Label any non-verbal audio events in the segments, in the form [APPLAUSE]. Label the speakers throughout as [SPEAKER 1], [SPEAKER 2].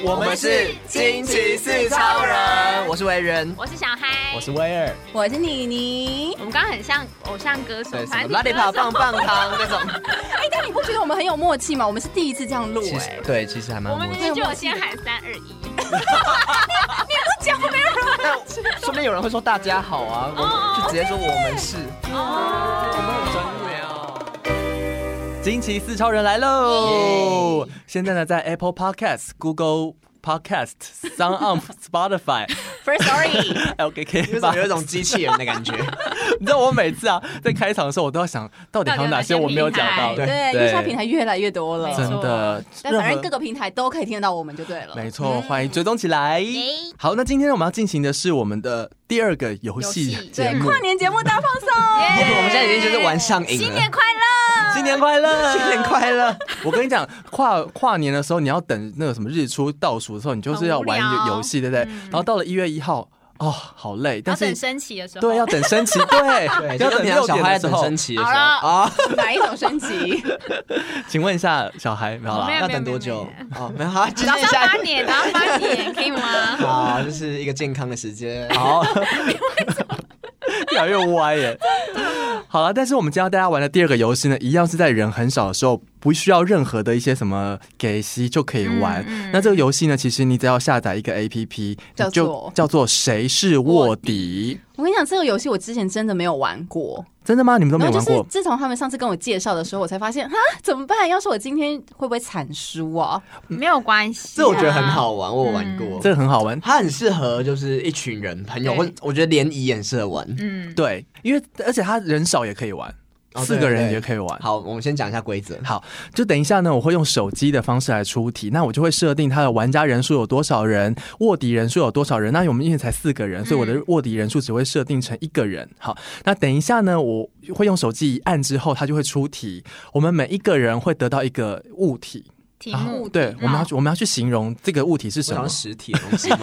[SPEAKER 1] 我
[SPEAKER 2] 我们是惊奇四超人，我是维人，
[SPEAKER 3] 我是小嗨，
[SPEAKER 1] 我是威尔，
[SPEAKER 4] 我是妮妮
[SPEAKER 3] 我。们刚刚很像偶像歌手
[SPEAKER 2] 对，，什
[SPEAKER 3] 反
[SPEAKER 2] 么
[SPEAKER 3] 正
[SPEAKER 2] 拉力跑棒棒糖那种，
[SPEAKER 4] 哎、但你不觉得我们很有默契吗？我们是第一次这样录、
[SPEAKER 2] 其
[SPEAKER 4] 哎
[SPEAKER 2] 实，对，其实还蛮
[SPEAKER 3] 我们
[SPEAKER 2] 默
[SPEAKER 3] 明
[SPEAKER 2] 契。
[SPEAKER 3] 明就有先喊三二一，
[SPEAKER 2] 但说不定有人会说大家好啊，
[SPEAKER 3] 哦
[SPEAKER 2] 我就直接说我们是，
[SPEAKER 3] 哦，
[SPEAKER 2] 我们很专业哦。
[SPEAKER 1] 哦惊奇四超人来喽！现在呢，在 Apple Podcast、Google Podcast、Sound
[SPEAKER 2] [LAUGHS]
[SPEAKER 1] On、Spotify、
[SPEAKER 4] First Story，
[SPEAKER 1] LKK
[SPEAKER 2] 为什
[SPEAKER 1] 吧
[SPEAKER 2] 么有。一种机器人的感觉？
[SPEAKER 1] [LAUGHS] 你知道我每次啊，在开场的时候，我都要想到底还有哪些我没有讲到。
[SPEAKER 3] 到底
[SPEAKER 2] 有哪些平台
[SPEAKER 4] 对，
[SPEAKER 1] [LAUGHS] 对
[SPEAKER 4] 月下平台越来越多了，
[SPEAKER 1] 真的，
[SPEAKER 4] 但反正各个平台都可以听得到我们就对了。
[SPEAKER 1] 没
[SPEAKER 2] 嗯
[SPEAKER 1] 错，欢迎追踪起来。好，那今天呢，我们要进行的是我们的第二个游
[SPEAKER 3] 游
[SPEAKER 1] 戏
[SPEAKER 3] 戏
[SPEAKER 1] 节
[SPEAKER 4] 对，
[SPEAKER 1] 目
[SPEAKER 4] 跨。年节目大放
[SPEAKER 1] [LAUGHS]
[SPEAKER 4] 送。
[SPEAKER 3] 耶
[SPEAKER 2] 我们现在已经就是玩上瘾
[SPEAKER 3] 新
[SPEAKER 2] 了
[SPEAKER 3] 年。快乐，
[SPEAKER 1] 新年快乐！
[SPEAKER 2] 新年快乐！
[SPEAKER 1] [LAUGHS] 我跟你讲，跨跨年的时候，你要等那个什么日出倒数的时候，你就是要玩
[SPEAKER 3] 很无聊嗯
[SPEAKER 1] 游游戏，对不对？然后到了一月一号，哦，好累，但
[SPEAKER 3] 要等哦
[SPEAKER 1] 是
[SPEAKER 3] 升旗的时候，
[SPEAKER 1] 对要等升
[SPEAKER 3] [LAUGHS]
[SPEAKER 1] 旗，对，
[SPEAKER 2] 就
[SPEAKER 1] 要
[SPEAKER 2] 跟
[SPEAKER 1] 等
[SPEAKER 2] 平常
[SPEAKER 1] 六
[SPEAKER 2] 小
[SPEAKER 1] 点
[SPEAKER 2] 孩
[SPEAKER 1] 的
[SPEAKER 2] 在
[SPEAKER 1] 时
[SPEAKER 2] 等
[SPEAKER 1] 候
[SPEAKER 2] 升。旗的时
[SPEAKER 3] 好
[SPEAKER 2] 候
[SPEAKER 3] 了
[SPEAKER 2] 啊，
[SPEAKER 4] 哪一种升
[SPEAKER 1] [LAUGHS]
[SPEAKER 4] 级？
[SPEAKER 1] 请问一下，小孩没有
[SPEAKER 3] 没
[SPEAKER 1] 啦？
[SPEAKER 3] 有
[SPEAKER 2] 要等多久
[SPEAKER 3] 没有？
[SPEAKER 2] 哦，没有，好，今
[SPEAKER 3] 早
[SPEAKER 2] 天
[SPEAKER 3] 上
[SPEAKER 2] 下
[SPEAKER 3] 八点，早上八点可
[SPEAKER 2] [LAUGHS]
[SPEAKER 3] 以吗？
[SPEAKER 2] 好，这是一个健康的时
[SPEAKER 1] [LAUGHS]
[SPEAKER 2] 间。
[SPEAKER 1] 好，越来越歪耶。好了，但是我们今天要带大家玩的第二个游戏呢，一样是在人很少的时候，不需要任何的一些什么给息就可以玩。
[SPEAKER 3] 嗯嗯
[SPEAKER 1] 那这个游戏呢，其实你只要下载一个 A P P，
[SPEAKER 4] 叫
[SPEAKER 1] 就
[SPEAKER 4] 做
[SPEAKER 1] 叫做“谁是卧底
[SPEAKER 4] 我跟你讲，这个游戏我之前真的没有玩过，”。
[SPEAKER 1] 真的吗？你们都没
[SPEAKER 4] 然
[SPEAKER 1] 有
[SPEAKER 4] 后
[SPEAKER 1] 玩
[SPEAKER 4] 就是
[SPEAKER 1] 过？
[SPEAKER 4] 自从他们上次跟我介绍的时候，我才发现，哈，怎么办？要是我今天会不会惨输啊？
[SPEAKER 3] 没有关系啊，
[SPEAKER 2] 这我觉得很好玩，我有玩过。
[SPEAKER 1] 这个很好玩。
[SPEAKER 2] 它很适合就是一群人朋友，
[SPEAKER 3] 对
[SPEAKER 2] 或者我觉得联谊也很适合玩。
[SPEAKER 3] 嗯，
[SPEAKER 1] 对，因为而且他人少也可以玩，
[SPEAKER 2] 哦
[SPEAKER 1] 四
[SPEAKER 2] 对
[SPEAKER 1] 个人
[SPEAKER 2] 对
[SPEAKER 1] 也可以玩。
[SPEAKER 2] 好，我们先讲一下规则。
[SPEAKER 1] 好，就等一下呢，我会用手机的方式来出题，那我就会设定他的玩家人数有多少人，卧底人数有多少人。那我们因为才四个人，所以我
[SPEAKER 3] 嗯
[SPEAKER 1] 的卧底人数只会设定成一个人。好，那等一下呢，我会用手机一按之后，它就会出题。我们每一个人会得到一个物体，
[SPEAKER 3] 题
[SPEAKER 1] 然
[SPEAKER 3] 目
[SPEAKER 1] 后对，我们要
[SPEAKER 3] 好
[SPEAKER 1] 去我们要去形容这个物体是
[SPEAKER 2] 我
[SPEAKER 1] 什
[SPEAKER 2] 想
[SPEAKER 1] 么
[SPEAKER 2] 要，实体的东西 [LAUGHS] 吗？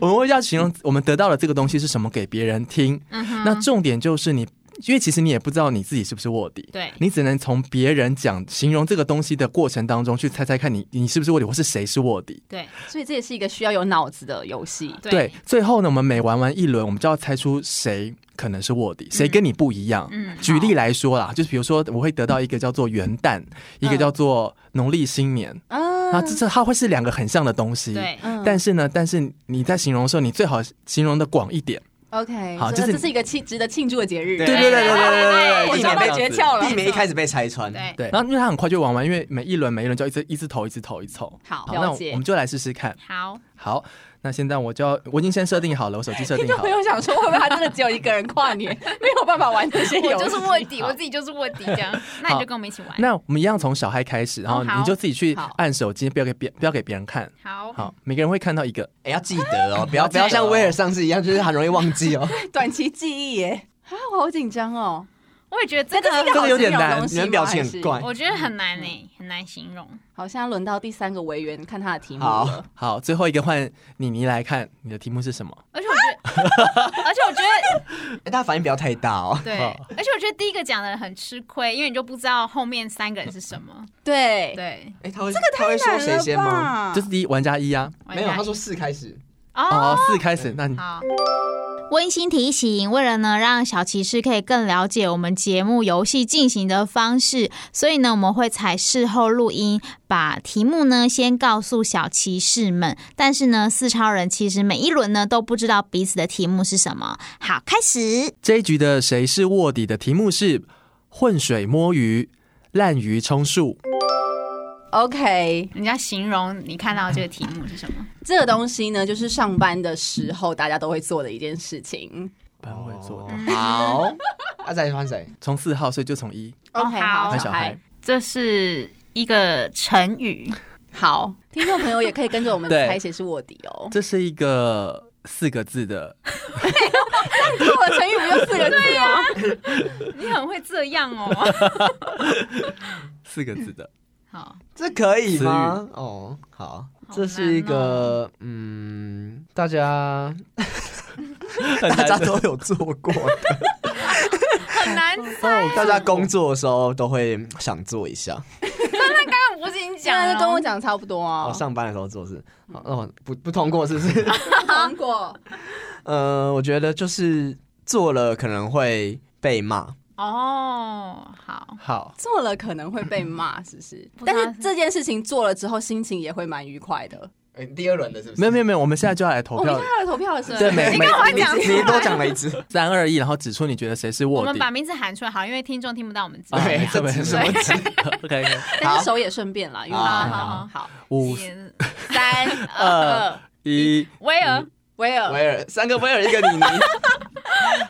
[SPEAKER 1] 我们会要形容我们得到的这个东西是什么给别人听。
[SPEAKER 3] 嗯哼，
[SPEAKER 1] 那重点就是你，因为其实你也不知道你自己是不是卧底，
[SPEAKER 3] 对
[SPEAKER 1] 你只能从别人讲形容这个东西的过程当中去猜猜看你你是不是卧底，或是谁是卧底。
[SPEAKER 3] 对
[SPEAKER 4] 所以这也是一个需要有脑子的游戏。
[SPEAKER 3] 对，
[SPEAKER 1] 最后呢，我们每玩完一轮，我们就要猜出谁可能是卧底，谁跟你不一样。
[SPEAKER 3] 嗯，
[SPEAKER 1] 举例来说啦，就是比如说，我会得到一个叫做元旦，一个叫做农历新年，
[SPEAKER 4] 啊
[SPEAKER 1] 那这这它会是两个很像的东西。
[SPEAKER 3] 对，
[SPEAKER 4] 嗯
[SPEAKER 1] 但是呢，但是你在形容的时候，你最好形容的广一点。
[SPEAKER 4] OK，
[SPEAKER 1] 好
[SPEAKER 4] 所以
[SPEAKER 1] 就是
[SPEAKER 4] 这是一个庆值得庆祝的节日。
[SPEAKER 1] 对对对对对对对，
[SPEAKER 4] 我
[SPEAKER 1] 避
[SPEAKER 4] 找
[SPEAKER 1] 免
[SPEAKER 4] 到
[SPEAKER 1] 被
[SPEAKER 4] 诀窍了。
[SPEAKER 2] 避免一开始被拆穿。
[SPEAKER 3] 对，
[SPEAKER 1] 对，然后因为它很快就玩完，因为每一轮每一轮就要一直一直投一直投一直投。
[SPEAKER 4] 好
[SPEAKER 1] 好，那
[SPEAKER 4] 了
[SPEAKER 1] 我
[SPEAKER 4] 解
[SPEAKER 1] 我们。就来试试看。
[SPEAKER 3] 好，
[SPEAKER 1] 好，那现在我就要，我已经先设定好了，我手机设
[SPEAKER 4] 听 [LAUGHS]
[SPEAKER 1] 定
[SPEAKER 4] 众
[SPEAKER 1] 好
[SPEAKER 4] 朋
[SPEAKER 1] 了。
[SPEAKER 4] 友想说，会不会他真的只有一个人跨年，没有办法玩这些
[SPEAKER 3] 我
[SPEAKER 4] 游戏？
[SPEAKER 3] 就是卧底，我自己就是卧底这样，那你就跟我们一起玩，
[SPEAKER 1] 那我们一样从小嗨开始，然后
[SPEAKER 3] 哦好
[SPEAKER 1] 你就自己去
[SPEAKER 4] 好
[SPEAKER 1] 按手机，不要给别不要给别人看。
[SPEAKER 3] 好，
[SPEAKER 1] 好，每个人会看到一个。
[SPEAKER 2] 哎，要记得哦，不要
[SPEAKER 1] 要记
[SPEAKER 2] 不
[SPEAKER 1] 得
[SPEAKER 2] 要像威尔上次一样，就是很容易忘记哦。
[SPEAKER 4] 短期记忆耶。啊，我好紧张哦！
[SPEAKER 3] 我也觉得
[SPEAKER 4] 那
[SPEAKER 3] 这
[SPEAKER 4] 这是一
[SPEAKER 3] 个
[SPEAKER 4] 个好
[SPEAKER 1] 这个有点
[SPEAKER 4] 形容的
[SPEAKER 1] 难
[SPEAKER 4] 东西
[SPEAKER 2] 你们
[SPEAKER 4] 吗
[SPEAKER 2] 表情
[SPEAKER 4] 还是
[SPEAKER 2] 很怪
[SPEAKER 3] 我觉得很难呢，很难形容。
[SPEAKER 4] 好，现在轮到第三个委员看他的题目了。
[SPEAKER 2] 好，
[SPEAKER 1] 好，最后一个换妮妮来看，你的题目是什么？
[SPEAKER 3] 而且我觉
[SPEAKER 2] [LAUGHS]
[SPEAKER 3] 得，而且我觉得，
[SPEAKER 2] 哎，大家反应不要太大哦。
[SPEAKER 3] 对，而且我觉得第一个讲的人很吃亏，因为你就不知道后面三个人是什么。
[SPEAKER 4] 对，
[SPEAKER 3] 对，
[SPEAKER 2] 哎，他会他会说谁先吗？
[SPEAKER 4] 吧
[SPEAKER 1] 这是第一玩家一啊。
[SPEAKER 3] 玩
[SPEAKER 2] 没有，
[SPEAKER 3] 家
[SPEAKER 2] 他说四开始。
[SPEAKER 3] 哦
[SPEAKER 1] 哦，，四开始，那你
[SPEAKER 3] 好，
[SPEAKER 5] 温馨提醒：为了呢让小骑士可以更了解我们节目游戏进行的方式，所以呢我们会采事后录音，把题目呢先告诉小骑士们。但是呢，四超人其实每一轮呢都不知道彼此的题目是什么。好，开始。
[SPEAKER 1] 这一局的谁是卧底的题目是浑水摸鱼、滥竽充数。
[SPEAKER 4] OK，
[SPEAKER 3] 人家形容你看到这个题目是什么？
[SPEAKER 4] 这个东西呢，就是上班的时候大家都会做的一件事情。
[SPEAKER 1] 班会做的，
[SPEAKER 2] 哦 [LAUGHS] 好，那再换谁？
[SPEAKER 1] 从四号，所以就从一。
[SPEAKER 3] 哦
[SPEAKER 4] OK，
[SPEAKER 3] 好
[SPEAKER 4] 好，
[SPEAKER 1] 小孩，
[SPEAKER 3] 这是一个成语，
[SPEAKER 4] 好，听众朋友也可以跟着我们
[SPEAKER 1] 对
[SPEAKER 4] 猜谁是卧底
[SPEAKER 1] [LAUGHS]
[SPEAKER 4] 哦。
[SPEAKER 1] 这是一个四个字的，
[SPEAKER 4] [LAUGHS] 我的成语不就四个字哦
[SPEAKER 3] 啊
[SPEAKER 4] 吗？
[SPEAKER 3] 你很会这样哦。
[SPEAKER 1] 四个字的。
[SPEAKER 3] [LAUGHS] 好，
[SPEAKER 2] 这可以
[SPEAKER 1] 词
[SPEAKER 2] 吗？哦，好，这是一个嗯，大家 [LAUGHS]
[SPEAKER 1] [LAUGHS]
[SPEAKER 2] 大家都有做 [LAUGHS] 过的，
[SPEAKER 3] 很难猜。
[SPEAKER 2] 大家工作的时候都会想做一下。
[SPEAKER 3] 刚刚我已经讲
[SPEAKER 4] 现
[SPEAKER 3] 了
[SPEAKER 4] 在
[SPEAKER 3] 哦，
[SPEAKER 4] 就跟我讲差不多啊
[SPEAKER 2] 我。哦
[SPEAKER 4] [LAUGHS]
[SPEAKER 2] 上班的时候做事，哦哦，不不通过是不是？
[SPEAKER 4] 糖果，
[SPEAKER 2] 呃，我觉得就是做了可能会被骂，
[SPEAKER 3] 哦，好，
[SPEAKER 1] 好，
[SPEAKER 4] 做了可能会被 [LAUGHS] 骂，是不是？
[SPEAKER 3] 不知
[SPEAKER 4] 但
[SPEAKER 3] 道
[SPEAKER 4] 是这件事情做了之后，心情也会蛮愉快的。
[SPEAKER 2] 哎，第二轮的是不
[SPEAKER 1] 没有没有没有，我们现在就要来投
[SPEAKER 4] 哦我们
[SPEAKER 1] 票
[SPEAKER 4] 现，在要来投票了，是不
[SPEAKER 1] 对
[SPEAKER 4] 是？
[SPEAKER 1] 每
[SPEAKER 3] 你跟我讲
[SPEAKER 2] 你
[SPEAKER 3] 出来
[SPEAKER 2] 你多讲了一次，
[SPEAKER 1] 三二一，然后指出你觉得谁是
[SPEAKER 3] 我
[SPEAKER 1] 卧
[SPEAKER 3] 们
[SPEAKER 1] 底。
[SPEAKER 3] 把名字喊出来，好，因为听众听不到我们字。
[SPEAKER 1] 啊
[SPEAKER 2] 对
[SPEAKER 1] 没错
[SPEAKER 2] 这
[SPEAKER 1] 没
[SPEAKER 2] 指
[SPEAKER 1] 错
[SPEAKER 2] 什么
[SPEAKER 1] [LAUGHS] OK，
[SPEAKER 4] [LAUGHS]
[SPEAKER 3] [LAUGHS]
[SPEAKER 4] 但是手也顺便啦，因为
[SPEAKER 2] 好
[SPEAKER 4] 好
[SPEAKER 3] 啊好好
[SPEAKER 4] 好好。
[SPEAKER 1] 五 [LAUGHS]
[SPEAKER 3] 三
[SPEAKER 1] 二
[SPEAKER 3] 二
[SPEAKER 1] 一，
[SPEAKER 3] 威尔，
[SPEAKER 4] 威尔，
[SPEAKER 2] 威尔三个威尔一个妮妮，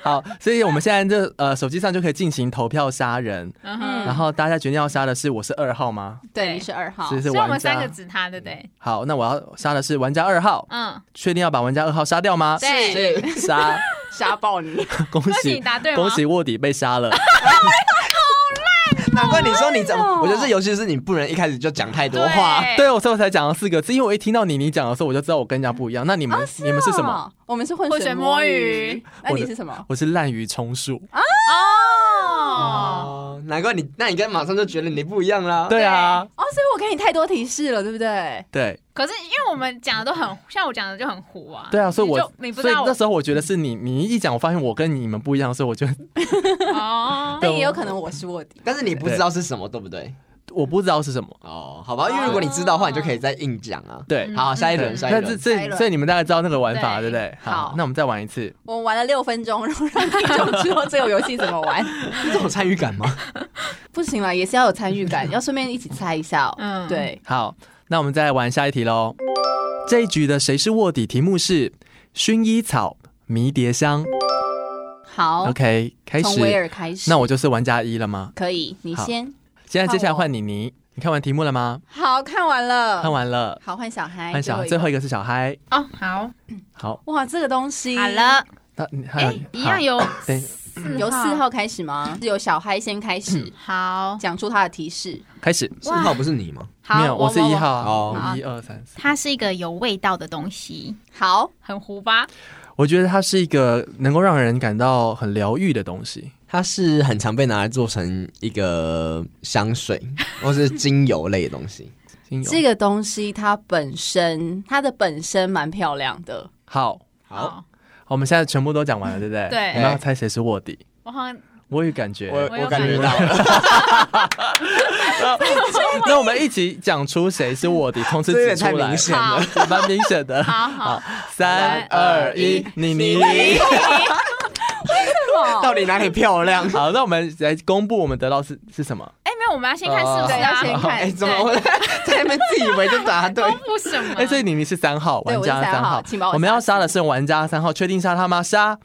[SPEAKER 1] 好，所以我们现在就呃手机上就可以进行投票杀人，
[SPEAKER 3] 嗯哼，
[SPEAKER 1] 然后大家决定要杀的是我是二号吗？
[SPEAKER 4] 对，你是二号
[SPEAKER 1] 其。实是
[SPEAKER 3] 所以我
[SPEAKER 1] 玩
[SPEAKER 3] 们三个
[SPEAKER 1] 家。
[SPEAKER 3] 指他，对不对？
[SPEAKER 1] 好，那我要杀的是玩家二号，
[SPEAKER 3] 嗯，
[SPEAKER 1] 确定要把玩家二号杀掉吗？
[SPEAKER 3] 对，
[SPEAKER 2] 是
[SPEAKER 3] [LAUGHS]
[SPEAKER 1] 杀，
[SPEAKER 4] 杀爆你！
[SPEAKER 1] 恭
[SPEAKER 3] 恭喜你
[SPEAKER 1] 喜
[SPEAKER 3] 答对吗？
[SPEAKER 1] 恭喜卧底被杀了。
[SPEAKER 2] 难怪你说你怎
[SPEAKER 4] 哦
[SPEAKER 2] 么，我觉得这游戏是你不能一开始就讲太多
[SPEAKER 3] 对
[SPEAKER 2] 话，
[SPEAKER 1] 对，我所以我才讲了四个字，因为我一听到你你讲的时候，我就知道我跟人家不一样。 [LAUGHS] 那你
[SPEAKER 3] 哦
[SPEAKER 1] 们你们是什么？？
[SPEAKER 4] 哦我们是浑
[SPEAKER 3] 浑
[SPEAKER 4] 水
[SPEAKER 3] 水
[SPEAKER 4] 摸
[SPEAKER 3] 摸
[SPEAKER 4] 鱼
[SPEAKER 3] 鱼。
[SPEAKER 4] 那
[SPEAKER 1] 我
[SPEAKER 4] 你
[SPEAKER 1] 的
[SPEAKER 4] 是什么？
[SPEAKER 1] 我是滥竽充数。
[SPEAKER 3] 哦，
[SPEAKER 2] 哦，难怪你，那你跟马上就觉得你不一样啦。
[SPEAKER 1] 对啊，
[SPEAKER 4] 哦，所以我给你太多提示了，对不对？
[SPEAKER 1] 对
[SPEAKER 3] 可是因为我们讲的都很，像我讲的就很糊啊。
[SPEAKER 1] 对啊，所以
[SPEAKER 3] 你
[SPEAKER 1] 我
[SPEAKER 3] 就你不知
[SPEAKER 1] 所以
[SPEAKER 3] 道
[SPEAKER 1] 那时候我觉得是你，你一讲，我发现我跟你们不一样，所以我就
[SPEAKER 3] 哦，
[SPEAKER 4] 但也有可能我是卧底。
[SPEAKER 2] 但是你不知道是什么，对不对？
[SPEAKER 1] 我不知道是什么。
[SPEAKER 2] 哦，好吧，因为如果你知道的话，你就可以再硬讲啊。
[SPEAKER 1] 对，
[SPEAKER 3] 嗯
[SPEAKER 2] 好，下一
[SPEAKER 1] 对
[SPEAKER 2] 轮，，下一
[SPEAKER 1] 那这
[SPEAKER 2] 轮，
[SPEAKER 4] 下一
[SPEAKER 1] 这
[SPEAKER 4] 轮
[SPEAKER 1] 所以你们大概知道那个玩法，
[SPEAKER 3] 对
[SPEAKER 1] 对不对？
[SPEAKER 4] 好
[SPEAKER 1] 那我们再玩一次。
[SPEAKER 4] 我们玩了六分钟，然后让听众知道这个游戏怎么 [LAUGHS] 玩。
[SPEAKER 2] 这种参与感吗？
[SPEAKER 4] 不行了，也是要有参与感，要顺便一起猜一下、哦。
[SPEAKER 3] [LAUGHS] 嗯
[SPEAKER 4] 对，
[SPEAKER 1] 好，那我们再来玩下一题喽。这一局的谁是卧底？题目是薰衣草迷迭香。
[SPEAKER 4] 好
[SPEAKER 1] OK，开
[SPEAKER 4] 哦从威
[SPEAKER 1] 始。
[SPEAKER 4] 尔开始。
[SPEAKER 1] 那我就是玩家一了吗？
[SPEAKER 4] 可以，你先。
[SPEAKER 1] 现在接下来换你妮，你看完题目了吗？
[SPEAKER 4] 好看完了，
[SPEAKER 1] 看完了，
[SPEAKER 4] 好换小孩，
[SPEAKER 1] 看
[SPEAKER 4] 嗯
[SPEAKER 1] 小
[SPEAKER 4] 最
[SPEAKER 1] 最
[SPEAKER 4] 后
[SPEAKER 1] 后
[SPEAKER 4] 一
[SPEAKER 1] 一个是小嗨。
[SPEAKER 3] 哦，好，
[SPEAKER 1] 好，
[SPEAKER 4] 个。哇，这个东西
[SPEAKER 3] 好，了，
[SPEAKER 1] 那你还
[SPEAKER 3] 哎
[SPEAKER 1] 有，
[SPEAKER 3] 一样。有
[SPEAKER 1] 好等
[SPEAKER 4] 由四号开始吗？是由小嗨先开
[SPEAKER 1] 嗯
[SPEAKER 4] 始
[SPEAKER 3] 好
[SPEAKER 4] 讲出他的提示。
[SPEAKER 1] 开始，
[SPEAKER 2] 四号不是你吗？
[SPEAKER 3] 好，
[SPEAKER 1] 没有，我是一号，
[SPEAKER 2] 我
[SPEAKER 1] 啊，
[SPEAKER 3] 好
[SPEAKER 1] 一二三四。
[SPEAKER 3] 它是一个有味道的东西，
[SPEAKER 4] 好，
[SPEAKER 3] 很糊吧？
[SPEAKER 1] 我觉得它是一个能够让人感到很疗愈的东西。
[SPEAKER 2] 它是很常被拿来做成一个香水 [LAUGHS] 或是精油类的东西。
[SPEAKER 1] 精油
[SPEAKER 4] 这个东西它本身，它的本身蛮漂亮的。
[SPEAKER 1] 好，
[SPEAKER 2] 好，，
[SPEAKER 1] 我们现在全部都讲完了，对不
[SPEAKER 3] [LAUGHS]
[SPEAKER 1] 对？
[SPEAKER 3] 对
[SPEAKER 1] 我们要猜谁是卧底。
[SPEAKER 3] 我好像
[SPEAKER 1] 我也感觉，
[SPEAKER 2] 我
[SPEAKER 3] [LAUGHS] 我有
[SPEAKER 2] 我感觉到了，
[SPEAKER 1] [LAUGHS] 那我们一起讲出谁是卧底，从此
[SPEAKER 2] 这有
[SPEAKER 1] 指
[SPEAKER 2] 点太
[SPEAKER 1] 出来
[SPEAKER 2] 明，显了。
[SPEAKER 1] [LAUGHS] 蛮明显的。
[SPEAKER 3] [LAUGHS] 好好
[SPEAKER 1] 三二一，妮妮。
[SPEAKER 2] [LAUGHS]
[SPEAKER 3] 哦
[SPEAKER 2] 到底哪里漂亮？
[SPEAKER 1] 好，那我们来公布我们得到是是什么？
[SPEAKER 3] 哎，没有，我们要先看是不是
[SPEAKER 4] 对，
[SPEAKER 1] 哦
[SPEAKER 4] 要先
[SPEAKER 3] 啊？
[SPEAKER 4] 看
[SPEAKER 2] 哎，。怎么会 [LAUGHS] 在那边自以为就答对？
[SPEAKER 3] 公布什么？
[SPEAKER 1] 哎，所以妮妮是三号，
[SPEAKER 4] 对
[SPEAKER 1] 玩家
[SPEAKER 4] 我是三
[SPEAKER 1] 三
[SPEAKER 4] 号请把我
[SPEAKER 1] 我们要
[SPEAKER 4] 杀死
[SPEAKER 1] 杀的是玩家三号，确定杀他吗？杀，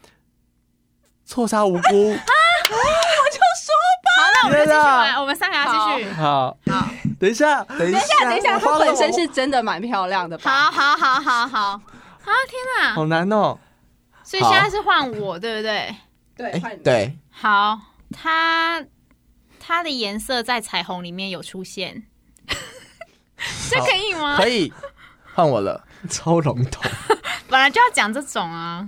[SPEAKER 1] 错
[SPEAKER 4] [LAUGHS]
[SPEAKER 1] 杀无辜。
[SPEAKER 4] 啊
[SPEAKER 3] 好，那我们就继续
[SPEAKER 1] 天
[SPEAKER 3] 玩，我们三个要继续。
[SPEAKER 1] 好，
[SPEAKER 3] 好，
[SPEAKER 1] 等一下，
[SPEAKER 2] 等一下，
[SPEAKER 3] 啊
[SPEAKER 4] 等一下，它本身是真的蛮漂亮的
[SPEAKER 3] 好，
[SPEAKER 4] 吧？
[SPEAKER 3] 好，好，好，好，啊！天哪！
[SPEAKER 1] 好难哦。
[SPEAKER 3] 所以现在是换我，对不对？
[SPEAKER 4] 对
[SPEAKER 2] 哎
[SPEAKER 4] 换你
[SPEAKER 2] 对，
[SPEAKER 3] 好，它它的颜色在彩虹里面有出现，这可以吗？
[SPEAKER 1] 可以，换我了。
[SPEAKER 2] 超笼统。
[SPEAKER 3] 本来就要讲这种啊。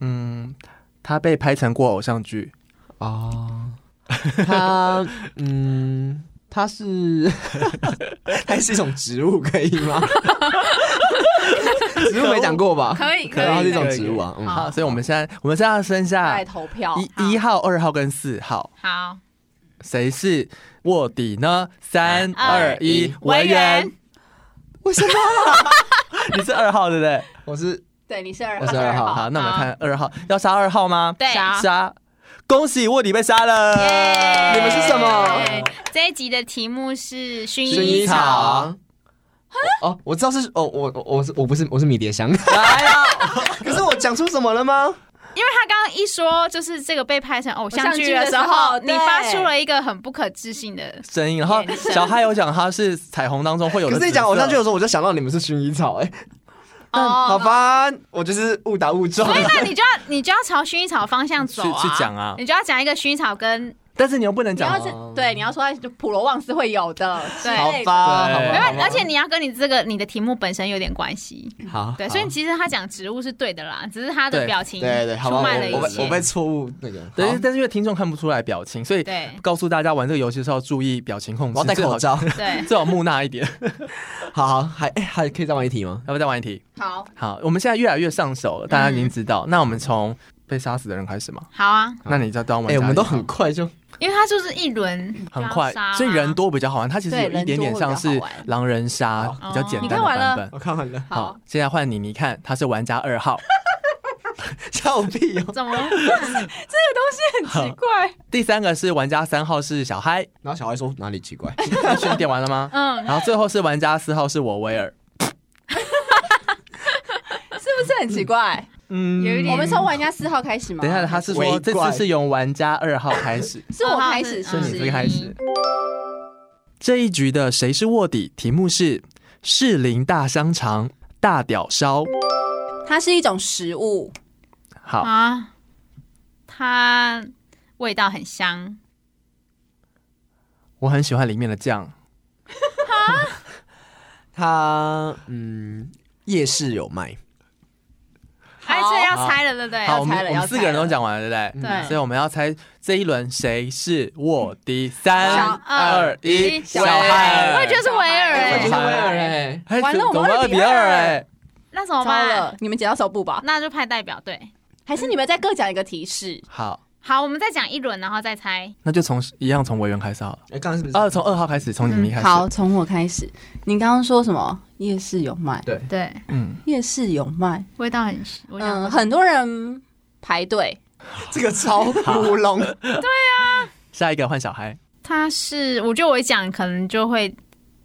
[SPEAKER 1] 嗯，他被拍成过偶像剧，
[SPEAKER 2] 哦， [LAUGHS] 它嗯，它是 [LAUGHS] 它是一种植物，可以吗？ [LAUGHS] 植物没讲过吧？
[SPEAKER 3] 可以，
[SPEAKER 1] 可
[SPEAKER 3] 可
[SPEAKER 1] 以
[SPEAKER 2] 然后
[SPEAKER 3] 以，
[SPEAKER 2] 是一种植物啊，嗯，
[SPEAKER 1] 好，所以我们现在我们现在要剩下
[SPEAKER 4] 来投票。
[SPEAKER 1] 啊一一号、二号跟四号。
[SPEAKER 3] 好，
[SPEAKER 1] 谁是卧底呢？三二
[SPEAKER 3] 二
[SPEAKER 1] 一，
[SPEAKER 3] 文
[SPEAKER 1] 文
[SPEAKER 3] 员
[SPEAKER 1] 员，
[SPEAKER 2] 为啊什么？
[SPEAKER 1] [LAUGHS] 你是二号对不对？
[SPEAKER 2] 我是
[SPEAKER 4] 对，你是二
[SPEAKER 2] [LAUGHS] 我是二号
[SPEAKER 1] 好，那我们看二号，要杀二号吗？
[SPEAKER 3] 对，
[SPEAKER 1] 杀，恭喜卧底被杀了。
[SPEAKER 3] 耶
[SPEAKER 2] 你们是什么
[SPEAKER 3] 对这一集的题目是薰
[SPEAKER 1] 薰衣
[SPEAKER 3] 衣
[SPEAKER 1] 草
[SPEAKER 2] 草。啊哦，我知道是哦，我我我是我不是我是迷迭香， [LAUGHS]
[SPEAKER 1] 哎呀，
[SPEAKER 2] 可是我讲出什么了吗？
[SPEAKER 3] 因为他刚刚一说就是这个被拍成偶像剧的时
[SPEAKER 4] 偶像剧的时候
[SPEAKER 3] 候，
[SPEAKER 4] 对
[SPEAKER 3] 你发出了一个很不可置信的，
[SPEAKER 1] 声音。然后
[SPEAKER 3] 眼神
[SPEAKER 1] 小嗨有讲他是彩虹当中会有的
[SPEAKER 2] 可
[SPEAKER 1] 紫色，
[SPEAKER 2] 是你讲偶像剧的时候，我就想到你们是薰衣草，哎，
[SPEAKER 3] 哦
[SPEAKER 2] 好吧，我就是误打误撞。
[SPEAKER 3] 哎所以那你就要你就要朝薰衣草方向走啊，
[SPEAKER 1] 去去讲啊
[SPEAKER 3] 你就要讲一个薰衣草跟
[SPEAKER 1] 但是你又不能
[SPEAKER 4] 你
[SPEAKER 1] 讲哦
[SPEAKER 4] 要是对你要说哎就普罗旺斯会有的，
[SPEAKER 2] [LAUGHS]
[SPEAKER 3] 对
[SPEAKER 2] 好
[SPEAKER 4] 对
[SPEAKER 2] 吧，
[SPEAKER 1] 对
[SPEAKER 2] 好吧
[SPEAKER 3] 没
[SPEAKER 2] 好
[SPEAKER 3] 有，
[SPEAKER 2] 吧
[SPEAKER 3] 而且你要跟你这个你的题目本身有点关系，
[SPEAKER 2] 好，
[SPEAKER 3] 对，
[SPEAKER 2] 好
[SPEAKER 3] 所以其实他讲植物是对的啦，只是他的
[SPEAKER 1] 对
[SPEAKER 3] 表情
[SPEAKER 2] 对对，好吧，我
[SPEAKER 3] 出卖了
[SPEAKER 2] 我
[SPEAKER 3] 一
[SPEAKER 2] 被我被
[SPEAKER 3] 切。
[SPEAKER 2] 错误那个，
[SPEAKER 1] 对，
[SPEAKER 2] 好
[SPEAKER 1] 但是因为听众看不出来表情，所以
[SPEAKER 3] 对
[SPEAKER 1] 告诉大家玩这个游戏的时候要注意表情控
[SPEAKER 2] 我
[SPEAKER 1] 制
[SPEAKER 2] 要，戴
[SPEAKER 1] 最好
[SPEAKER 2] 口罩。
[SPEAKER 3] 对，
[SPEAKER 1] 最好木讷一点。
[SPEAKER 2] [LAUGHS]
[SPEAKER 1] [LAUGHS]
[SPEAKER 2] 好好，还哎还可以再玩一题吗？
[SPEAKER 1] 要不要再玩一题？
[SPEAKER 3] 好，
[SPEAKER 1] 好，我们现在越来越上手了，大家已经知道。那我们从被杀死的人开始嘛？
[SPEAKER 3] 好啊，
[SPEAKER 1] 那你再当玩
[SPEAKER 2] 哎，
[SPEAKER 1] 家一
[SPEAKER 2] 我
[SPEAKER 1] 号，
[SPEAKER 2] 们都很快就
[SPEAKER 3] 因为他就是一轮
[SPEAKER 1] 很
[SPEAKER 3] 就
[SPEAKER 1] 快
[SPEAKER 3] 要杀，啊啦
[SPEAKER 1] 所以人多比较好玩。它其实
[SPEAKER 4] 对
[SPEAKER 1] 有一点点像
[SPEAKER 4] 人
[SPEAKER 1] 是
[SPEAKER 4] 多会比较好玩
[SPEAKER 1] 狼人杀比较简单的
[SPEAKER 4] 你看完
[SPEAKER 1] 版
[SPEAKER 4] 了
[SPEAKER 1] 本。
[SPEAKER 2] [LAUGHS] 我看完了，
[SPEAKER 1] 好，现在换你，你看他是玩家二 [LAUGHS] 号。
[SPEAKER 2] 笑屁哦。 [LAUGHS]
[SPEAKER 3] 怎么了？
[SPEAKER 4] [LAUGHS] 很奇怪，
[SPEAKER 1] 第三个是玩家三号是小 [LAUGHS] 嗨，
[SPEAKER 2] 然后小孩说哪里奇怪？
[SPEAKER 1] 选点完了 [LAUGHS] 吗？
[SPEAKER 3] 嗯，
[SPEAKER 1] 然后最后是玩家四号是我威尔，
[SPEAKER 4] 是不是很奇怪？
[SPEAKER 1] 嗯
[SPEAKER 3] 有一点
[SPEAKER 4] 我们从玩家四号开始吗？，
[SPEAKER 1] 等一下，他是
[SPEAKER 2] 围
[SPEAKER 1] 说这
[SPEAKER 2] 怪
[SPEAKER 1] 次是由玩家二号开始
[SPEAKER 4] 是我开始，
[SPEAKER 3] 二
[SPEAKER 4] 是
[SPEAKER 1] 是
[SPEAKER 4] 不
[SPEAKER 3] 号
[SPEAKER 4] 是？
[SPEAKER 1] 你这个开始。这一局的谁是卧底？题目是士林大香肠大屌烧。
[SPEAKER 4] 它是一种食物，
[SPEAKER 1] 好，
[SPEAKER 3] 啊，它味道很香，
[SPEAKER 1] 我很喜欢里面的酱，
[SPEAKER 2] 他嗯，夜市有卖，
[SPEAKER 3] 哎，
[SPEAKER 4] 好
[SPEAKER 3] 这哎要猜了，对不对？
[SPEAKER 1] 好，我
[SPEAKER 4] 猜
[SPEAKER 1] 们
[SPEAKER 4] 了
[SPEAKER 1] 我
[SPEAKER 4] 要
[SPEAKER 1] 们
[SPEAKER 4] 猜
[SPEAKER 1] 四个人都
[SPEAKER 4] 了
[SPEAKER 1] 讲完了，对不对？
[SPEAKER 3] 对
[SPEAKER 1] 所以我们要猜这一轮谁是卧底。三
[SPEAKER 3] 小
[SPEAKER 1] 二
[SPEAKER 3] 二
[SPEAKER 1] 一，
[SPEAKER 3] 一
[SPEAKER 1] 小
[SPEAKER 2] 孩
[SPEAKER 1] 孩，
[SPEAKER 3] 我也觉得是维尔
[SPEAKER 1] 我
[SPEAKER 3] 哎
[SPEAKER 1] 觉，得是威尔
[SPEAKER 2] 哎，
[SPEAKER 1] 哎
[SPEAKER 4] 完了
[SPEAKER 1] 怎么
[SPEAKER 4] 我们
[SPEAKER 1] 二
[SPEAKER 4] 二
[SPEAKER 1] 比
[SPEAKER 4] 比
[SPEAKER 1] 二
[SPEAKER 4] 二
[SPEAKER 1] 哎，
[SPEAKER 3] 那怎么
[SPEAKER 4] 糟
[SPEAKER 3] 办
[SPEAKER 4] 了？，你们剪到手部吧？
[SPEAKER 3] 那就派代表队。
[SPEAKER 4] 还是你们再各讲一个提示？
[SPEAKER 1] 好，
[SPEAKER 3] 好，我们再讲一轮，然后再猜。
[SPEAKER 1] 那就从一样从委员开始好了，
[SPEAKER 2] 哎，刚刚是不是？
[SPEAKER 1] 啊，从二号开始，从你们开始，
[SPEAKER 4] 嗯好，从我开始。你刚刚说什么？夜市有卖，
[SPEAKER 2] 对，
[SPEAKER 3] 对，
[SPEAKER 1] 嗯，
[SPEAKER 4] 夜市有卖。
[SPEAKER 3] 味道很，我想
[SPEAKER 4] 嗯，很多人排队，
[SPEAKER 2] 这个超乌龙， [LAUGHS]
[SPEAKER 1] 下一个换小孩，
[SPEAKER 3] 它是，我觉得我一讲可能就会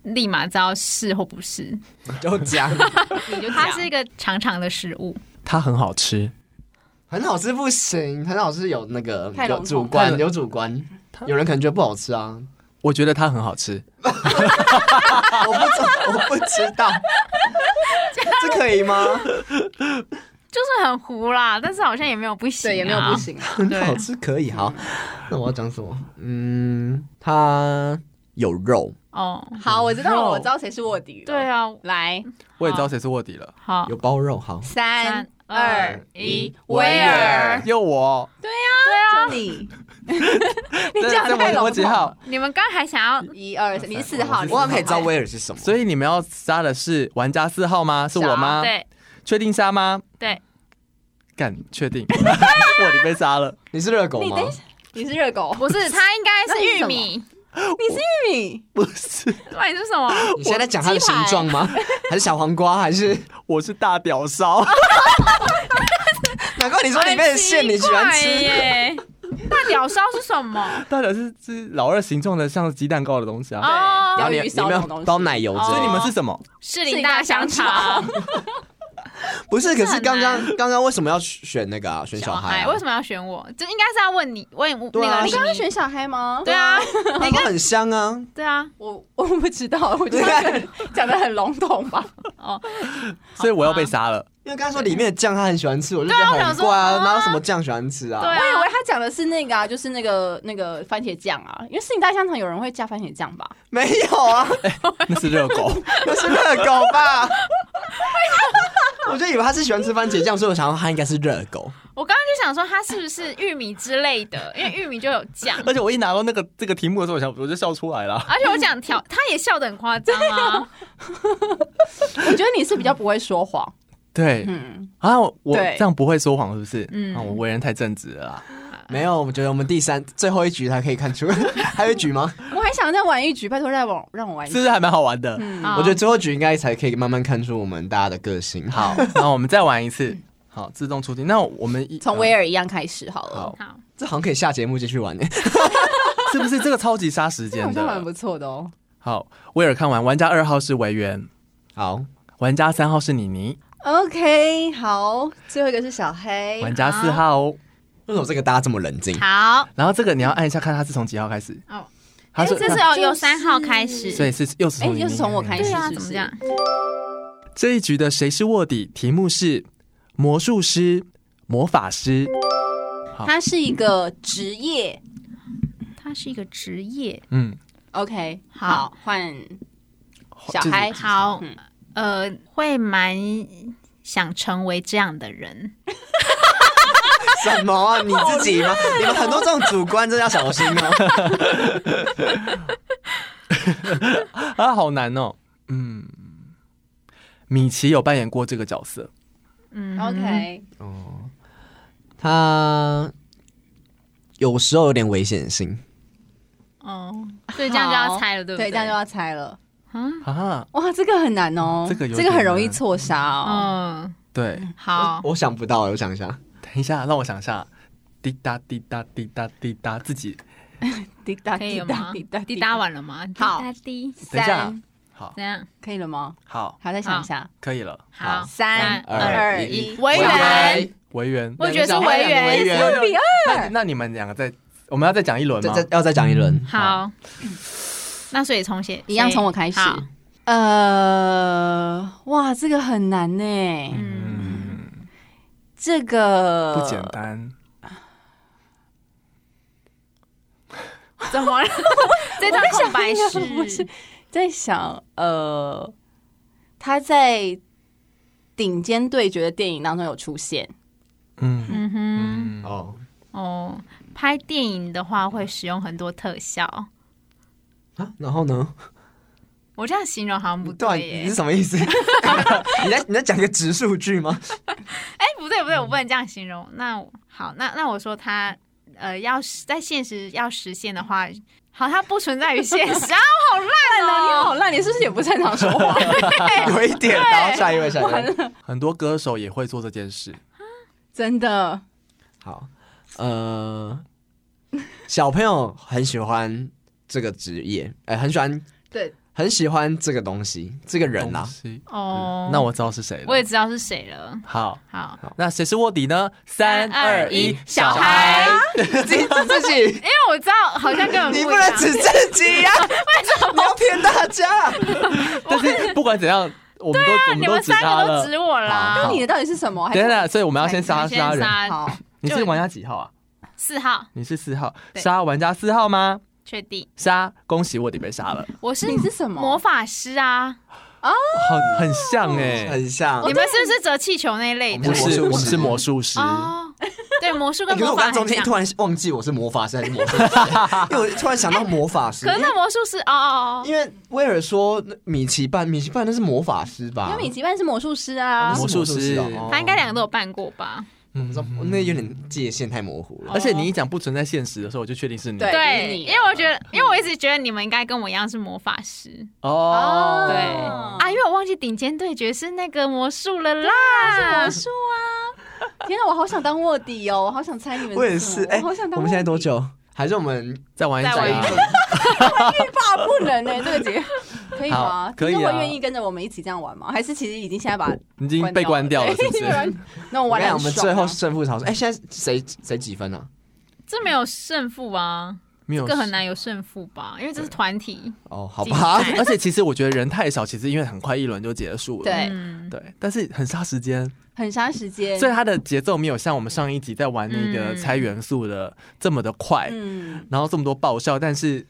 [SPEAKER 3] 立马知道是或不是。
[SPEAKER 2] 就讲
[SPEAKER 4] 你就
[SPEAKER 3] 它是一个长长的食物，
[SPEAKER 1] 它很好吃，
[SPEAKER 2] 很好吃不行，很好吃有那个
[SPEAKER 4] 太
[SPEAKER 2] 有
[SPEAKER 4] 笼统
[SPEAKER 2] 主
[SPEAKER 1] 太
[SPEAKER 2] 观
[SPEAKER 1] 笼
[SPEAKER 2] 有主观，有人可能觉得不好吃啊，
[SPEAKER 1] 我觉得它很好吃，
[SPEAKER 2] 我不知我不知
[SPEAKER 4] [LAUGHS]
[SPEAKER 2] 道，这可以吗？
[SPEAKER 3] 就是很糊啦，但是好像也没有不行、
[SPEAKER 4] 对，也没有不。行啊。
[SPEAKER 2] 很
[SPEAKER 3] 对
[SPEAKER 2] 好吃可以好，那我要讲什么？嗯，它有肉，
[SPEAKER 3] 哦，
[SPEAKER 4] [LAUGHS] 好，我知道
[SPEAKER 1] 肉
[SPEAKER 4] 了，我知道谁是卧底了。
[SPEAKER 3] 对，啊，
[SPEAKER 4] 来，
[SPEAKER 1] 我也知道谁是卧底了，
[SPEAKER 3] 好
[SPEAKER 2] 有，包肉，好，
[SPEAKER 4] 三
[SPEAKER 3] 三
[SPEAKER 4] 二
[SPEAKER 3] 二
[SPEAKER 4] 一
[SPEAKER 3] 一，
[SPEAKER 4] 威尔，
[SPEAKER 1] 又我，
[SPEAKER 4] 就
[SPEAKER 1] [LAUGHS]
[SPEAKER 4] 你，你这样
[SPEAKER 1] 这
[SPEAKER 4] 太
[SPEAKER 1] 我我
[SPEAKER 4] 笼
[SPEAKER 1] 几
[SPEAKER 4] 统
[SPEAKER 1] 号
[SPEAKER 4] 了。？
[SPEAKER 3] 你们刚还想要
[SPEAKER 4] 一二三，你是四号，
[SPEAKER 2] 我还
[SPEAKER 4] 你
[SPEAKER 2] 可
[SPEAKER 4] 是
[SPEAKER 2] 以
[SPEAKER 4] 四
[SPEAKER 2] 知
[SPEAKER 4] 号
[SPEAKER 2] 道威尔是什么，
[SPEAKER 1] 所以你们要杀的是玩家四号吗？是我吗？，
[SPEAKER 3] 对
[SPEAKER 1] 确定杀吗？
[SPEAKER 3] 对，
[SPEAKER 1] 干，确定， [LAUGHS] 卧底被杀了，
[SPEAKER 2] 你是热狗
[SPEAKER 4] 你
[SPEAKER 2] 吗？
[SPEAKER 4] 等一你是热狗，
[SPEAKER 3] 不是，它应该是玉米。
[SPEAKER 4] 玉米，
[SPEAKER 1] 不是，
[SPEAKER 3] 不然是什么？
[SPEAKER 2] 你现在在讲它的形状吗？还是小黄瓜？还
[SPEAKER 4] [LAUGHS]
[SPEAKER 2] 是
[SPEAKER 1] 我是大屌烧， [LAUGHS]
[SPEAKER 2] 难怪你说里面的馅你喜欢
[SPEAKER 3] 很奇怪
[SPEAKER 2] 吃？ [LAUGHS]
[SPEAKER 3] 耶？大屌烧是什么？
[SPEAKER 1] 大屌是是老二形状的，像鸡蛋糕的东西啊。
[SPEAKER 3] 哦，
[SPEAKER 4] 钓
[SPEAKER 2] 你
[SPEAKER 4] 鱼烧
[SPEAKER 2] 你
[SPEAKER 4] 那
[SPEAKER 2] 们
[SPEAKER 4] 种
[SPEAKER 2] 要
[SPEAKER 4] 东
[SPEAKER 2] 包
[SPEAKER 4] 西，
[SPEAKER 2] 奶油之
[SPEAKER 1] 所
[SPEAKER 2] 类
[SPEAKER 1] 以你
[SPEAKER 2] 的？
[SPEAKER 1] 们是什么？
[SPEAKER 3] 士林大香肠。
[SPEAKER 2] [LAUGHS] 不是，可是
[SPEAKER 3] 很
[SPEAKER 2] 刚刚
[SPEAKER 3] 难
[SPEAKER 2] 刚刚为什么要选那个啊？选小孩啊？
[SPEAKER 3] 为什么要选我？就应该是要问你，问
[SPEAKER 2] 对啊
[SPEAKER 3] 那个
[SPEAKER 4] 你
[SPEAKER 3] 李
[SPEAKER 4] 刚刚
[SPEAKER 3] 明。
[SPEAKER 4] 选小黑吗？
[SPEAKER 3] 对啊，
[SPEAKER 2] [LAUGHS] 他们很香啊！
[SPEAKER 3] 对啊，
[SPEAKER 4] 我我不知道，我觉得讲的很笼统吧。
[SPEAKER 3] 哦，
[SPEAKER 1] 所以我要被杀了。
[SPEAKER 2] 因为刚才说里面的酱他很喜欢吃，我就觉
[SPEAKER 3] 对啊
[SPEAKER 2] 得
[SPEAKER 3] 我
[SPEAKER 2] 很
[SPEAKER 3] 想说
[SPEAKER 2] 怪啊，
[SPEAKER 3] 啊
[SPEAKER 2] 哪有什么酱喜欢吃啊？
[SPEAKER 3] 对啊
[SPEAKER 4] 我以为他讲的是那个啊，就是那个那个番茄酱啊，因为四影大香肠有人会加番茄酱吧？
[SPEAKER 2] 没有啊， [LAUGHS]
[SPEAKER 1] 那是热狗， [LAUGHS]
[SPEAKER 2] 那是热狗
[SPEAKER 3] [LAUGHS]
[SPEAKER 2] 吧？我就以为他是喜欢吃番茄酱，所以我想他应该是热狗。
[SPEAKER 3] 我刚刚就想说它是不是玉米之类的，因为玉米就有酱。
[SPEAKER 1] 而且我一拿到那个这个题目的时候，我想我就笑出来了。
[SPEAKER 3] 而且我讲调，他也笑得很夸张
[SPEAKER 2] [LAUGHS]
[SPEAKER 3] 啊。
[SPEAKER 4] 我觉得你是比较不会说谎，
[SPEAKER 1] 对
[SPEAKER 4] 嗯，
[SPEAKER 1] 啊，我我
[SPEAKER 4] 对
[SPEAKER 1] 这样不会说谎是不是？嗯，
[SPEAKER 3] 嗯
[SPEAKER 1] 啊，我为人太正直了啦。
[SPEAKER 2] 没有，我觉得我们第三最后一局才可以看出， [LAUGHS] 还有一局吗？
[SPEAKER 4] 我还想再玩一局，拜托让我让我玩一
[SPEAKER 1] 是不
[SPEAKER 4] 局。
[SPEAKER 1] 是还蛮好玩的？
[SPEAKER 4] 嗯，
[SPEAKER 3] 好
[SPEAKER 2] 我觉得最后一局应该才可以慢慢看出我们大家的个性。
[SPEAKER 4] [LAUGHS]
[SPEAKER 1] 好，那我们再玩一次。好，自动出题。那我们一呃
[SPEAKER 4] 从威尔一样开始好
[SPEAKER 1] 好
[SPEAKER 4] 了，
[SPEAKER 3] 好，
[SPEAKER 2] 这好像可以下节目继续玩耶。
[SPEAKER 1] 呃是不是这个超级杀时
[SPEAKER 4] 这好
[SPEAKER 1] 间
[SPEAKER 4] 像蛮
[SPEAKER 1] 的？
[SPEAKER 4] 不错的哦。
[SPEAKER 1] 好，威尔看完，玩家二号是维园，
[SPEAKER 2] 好，
[SPEAKER 1] 玩家三号是妮妮，
[SPEAKER 4] OK，好，最后一个是小黑，
[SPEAKER 1] 玩家四号哦。
[SPEAKER 2] 为什么这个大家这么冷
[SPEAKER 3] [LAUGHS]
[SPEAKER 2] 静？
[SPEAKER 3] [LAUGHS] 好，
[SPEAKER 1] 然后这个你要按一下，看他是从几号开始。
[SPEAKER 3] 哦，
[SPEAKER 1] 他
[SPEAKER 3] 哎，
[SPEAKER 1] 是
[SPEAKER 3] 这是
[SPEAKER 1] 他
[SPEAKER 3] 由由三号开始，
[SPEAKER 1] 所以是又是从
[SPEAKER 4] 哎
[SPEAKER 1] 妮妮
[SPEAKER 4] 又是从我开始
[SPEAKER 3] 对啊，
[SPEAKER 4] 是不
[SPEAKER 3] 怎
[SPEAKER 4] 是
[SPEAKER 3] 么这样？
[SPEAKER 1] 这一局的谁是卧底？题目是魔术师、魔法师。
[SPEAKER 4] 他是一个职业，
[SPEAKER 3] 是一个职业。
[SPEAKER 1] 嗯，
[SPEAKER 4] OK，
[SPEAKER 3] 好
[SPEAKER 4] 好，换小
[SPEAKER 1] 这
[SPEAKER 4] 孩。
[SPEAKER 3] 好，
[SPEAKER 4] 嗯
[SPEAKER 3] 呃，会蛮想成为这样的人。
[SPEAKER 2] 什么啊？你自己
[SPEAKER 1] [LAUGHS]
[SPEAKER 2] 吗？你们很多这种主观，真的要小心哦。
[SPEAKER 1] 啊，好难哦。嗯，米奇有扮演过这个角色，
[SPEAKER 3] 嗯
[SPEAKER 4] OK，
[SPEAKER 2] 哦，他有时候有点危险性，
[SPEAKER 3] 哦，所以这样就要猜了，对不
[SPEAKER 4] 对，
[SPEAKER 3] 对，
[SPEAKER 4] 这样就要猜了。
[SPEAKER 3] 啊，
[SPEAKER 1] 啊，
[SPEAKER 4] 哇，这个很难哦，
[SPEAKER 1] 嗯这个有
[SPEAKER 4] 这个很
[SPEAKER 1] 点
[SPEAKER 4] 容易
[SPEAKER 1] 难
[SPEAKER 4] 错杀哦。
[SPEAKER 3] 嗯，
[SPEAKER 1] 对，
[SPEAKER 3] 好，
[SPEAKER 2] 我想不到，我想一下，
[SPEAKER 1] 等一下，让我想一下，滴答滴答滴答滴答，自己
[SPEAKER 4] 滴答
[SPEAKER 3] 可
[SPEAKER 4] 滴
[SPEAKER 3] 以了
[SPEAKER 4] 答
[SPEAKER 3] 吗
[SPEAKER 4] 滴答？
[SPEAKER 3] 滴答，完了吗？
[SPEAKER 4] 好
[SPEAKER 3] 滴答滴，
[SPEAKER 1] 等一下
[SPEAKER 4] 三，
[SPEAKER 1] 好
[SPEAKER 3] 怎样？
[SPEAKER 4] 可以了吗？
[SPEAKER 1] 好，
[SPEAKER 4] 好，再想一下。
[SPEAKER 1] 可以了，
[SPEAKER 3] 好，
[SPEAKER 4] 三
[SPEAKER 2] 二
[SPEAKER 4] 一，
[SPEAKER 3] 维
[SPEAKER 4] 维
[SPEAKER 3] 园
[SPEAKER 4] 园，
[SPEAKER 1] 维园，
[SPEAKER 3] 我觉得是维
[SPEAKER 2] 维
[SPEAKER 3] 园。
[SPEAKER 2] 园
[SPEAKER 1] 六比二，那那你们两个再，我们要再讲一轮
[SPEAKER 2] 再
[SPEAKER 1] 吗？
[SPEAKER 2] 再要再讲一轮。
[SPEAKER 3] 好，那所以从写
[SPEAKER 4] 一样从我开始
[SPEAKER 3] 好。
[SPEAKER 4] 呃，哇，这个很难呢。
[SPEAKER 1] 嗯，
[SPEAKER 4] 这个
[SPEAKER 2] 呃
[SPEAKER 1] 不简单，
[SPEAKER 3] 怎么了？ [LAUGHS] 这段空白
[SPEAKER 4] 我在想那个 [LAUGHS] 不
[SPEAKER 3] 是
[SPEAKER 4] 是在想，呃，他在顶尖对决的电影当中有出现，
[SPEAKER 1] 嗯
[SPEAKER 3] 嗯哼。
[SPEAKER 1] 嗯，
[SPEAKER 2] 哦，
[SPEAKER 3] 哦，拍电影的话会使用很多特效，
[SPEAKER 2] 啊，然后呢？
[SPEAKER 3] 我这样形容好像不
[SPEAKER 2] 啊
[SPEAKER 3] 对
[SPEAKER 2] 你
[SPEAKER 3] 耶
[SPEAKER 2] 是。什么意思？ [LAUGHS] 你在你在讲一个直数据
[SPEAKER 3] [LAUGHS]
[SPEAKER 2] 吗？
[SPEAKER 3] 哎、不对不对，我不能这样形容。那我好，那那我说它呃，要是在现实要实现的话，好，它不存在于现实啊，我
[SPEAKER 4] 烂
[SPEAKER 3] 好
[SPEAKER 4] 你
[SPEAKER 3] 烂哦、
[SPEAKER 4] 好烂，你是不是也不擅长说
[SPEAKER 1] [LAUGHS]
[SPEAKER 4] 话？
[SPEAKER 2] 有一点。然后下一位，下一位。
[SPEAKER 1] 很多歌手也会做这件事，
[SPEAKER 4] 真的，
[SPEAKER 2] 好，呃，小朋友很喜欢这个职业，哎、很喜欢，
[SPEAKER 4] 对，
[SPEAKER 2] 很喜欢这个东西，这个人啊
[SPEAKER 1] 东
[SPEAKER 2] 啦、
[SPEAKER 1] 西
[SPEAKER 3] 哦、
[SPEAKER 1] 那我知道是谁了，
[SPEAKER 3] 我也知道是谁了。
[SPEAKER 1] 好，
[SPEAKER 3] 好，
[SPEAKER 1] 那谁是卧底呢？三二一，
[SPEAKER 3] 小孩，
[SPEAKER 2] 自己指自己，
[SPEAKER 3] 因为我知道好像根本
[SPEAKER 2] 你
[SPEAKER 3] 不
[SPEAKER 2] 不
[SPEAKER 3] 一
[SPEAKER 2] 能
[SPEAKER 3] 样
[SPEAKER 2] 指自己
[SPEAKER 3] [LAUGHS]
[SPEAKER 2] 呀、你要骗大家。
[SPEAKER 1] [LAUGHS] 但是不管怎样，我们都、我
[SPEAKER 3] 啊你
[SPEAKER 1] 们都
[SPEAKER 3] 们
[SPEAKER 1] 指
[SPEAKER 3] 三
[SPEAKER 1] 他
[SPEAKER 3] 个都
[SPEAKER 1] 了。
[SPEAKER 3] 指我啦。
[SPEAKER 1] 好
[SPEAKER 4] 那你的到底是什么？还
[SPEAKER 1] 等一下，所以我们要先杀
[SPEAKER 3] 我先
[SPEAKER 1] 杀人。
[SPEAKER 3] 杀
[SPEAKER 4] 好，
[SPEAKER 1] 你是玩家几号啊？
[SPEAKER 3] 四号，
[SPEAKER 1] 你是四号，
[SPEAKER 3] 对
[SPEAKER 1] 杀玩家四号吗？
[SPEAKER 3] 确定
[SPEAKER 1] 杀，恭喜卧底被杀了，
[SPEAKER 3] 我是
[SPEAKER 4] 你是什么？
[SPEAKER 3] 魔法师啊。
[SPEAKER 1] 很很像哎、
[SPEAKER 2] 很像。
[SPEAKER 3] 你们是不是折气球那一类的
[SPEAKER 1] 不？是，我
[SPEAKER 2] 我
[SPEAKER 1] 们
[SPEAKER 2] 们
[SPEAKER 1] 是
[SPEAKER 2] 是
[SPEAKER 1] 哦魔
[SPEAKER 2] 魔
[SPEAKER 1] 术师，
[SPEAKER 3] 哦，对，魔术
[SPEAKER 2] 哎可
[SPEAKER 3] 跟
[SPEAKER 2] 是
[SPEAKER 3] 魔
[SPEAKER 2] 我
[SPEAKER 3] 法
[SPEAKER 2] 刚中
[SPEAKER 3] 很
[SPEAKER 2] 间
[SPEAKER 3] 像。
[SPEAKER 2] 突然忘记我是魔法师还是魔术师， [LAUGHS] 因为我突然想到魔法师
[SPEAKER 3] 可，是那魔术师哦哦哦，
[SPEAKER 2] 因为威尔说米奇扮米奇扮那是魔法师吧？
[SPEAKER 4] 因为米奇扮是魔术师啊
[SPEAKER 2] 那，
[SPEAKER 1] 魔
[SPEAKER 2] 是
[SPEAKER 1] 术师
[SPEAKER 2] 哦
[SPEAKER 3] 反正应该两个都有办过吧？
[SPEAKER 1] 嗯哦
[SPEAKER 2] 那有点界限太模糊了。
[SPEAKER 1] 而且你一讲不存在现实的时候，我就确定是你。
[SPEAKER 4] 对就是
[SPEAKER 3] 对，
[SPEAKER 4] 你
[SPEAKER 2] 啊
[SPEAKER 3] 因为我觉得，因为我一直觉得你们应该跟我一样是魔法师
[SPEAKER 2] 嗯
[SPEAKER 1] 哦，
[SPEAKER 4] 对
[SPEAKER 3] 啊，因为我忘记顶尖对决是那个魔术了啦，
[SPEAKER 4] 术啊！天啊，我好想当卧底哦，我好想猜你们什么。
[SPEAKER 2] 我也是，哎、
[SPEAKER 4] 我好想当。
[SPEAKER 2] 我们现在多？久？还是我们
[SPEAKER 1] 再玩一
[SPEAKER 3] 再玩一
[SPEAKER 1] 局
[SPEAKER 3] 局。
[SPEAKER 4] 爸不能呢，这个节可以吗
[SPEAKER 1] 好？可以啊
[SPEAKER 4] 那我愿意跟着我们一起这样玩吗？还是其实已经现在把
[SPEAKER 1] 已经被关
[SPEAKER 4] [LAUGHS]
[SPEAKER 1] 掉了，是
[SPEAKER 4] 对
[SPEAKER 1] 不是？
[SPEAKER 3] [LAUGHS]
[SPEAKER 4] 那我
[SPEAKER 2] 我
[SPEAKER 4] 玩
[SPEAKER 2] 跟你讲
[SPEAKER 4] 的
[SPEAKER 2] 我们最后胜负超生，哎、现在谁谁几分啊？
[SPEAKER 3] [LAUGHS] 这没有胜负啊，
[SPEAKER 1] 没有
[SPEAKER 3] 这个很难有胜负吧？因为这是团体，
[SPEAKER 2] 哦，好
[SPEAKER 1] 啊
[SPEAKER 2] 吧，
[SPEAKER 1] 而且其实我觉得人太少，其实因为很快一轮就结束了。
[SPEAKER 4] 对
[SPEAKER 3] 嗯，
[SPEAKER 1] 对，但是很杀时间，
[SPEAKER 4] 很杀时间
[SPEAKER 1] 所。以它的节奏没有像我们上一集在玩那个
[SPEAKER 3] 嗯
[SPEAKER 1] 猜元素的这么的快，
[SPEAKER 4] 嗯，
[SPEAKER 1] 然后这么多爆笑，但是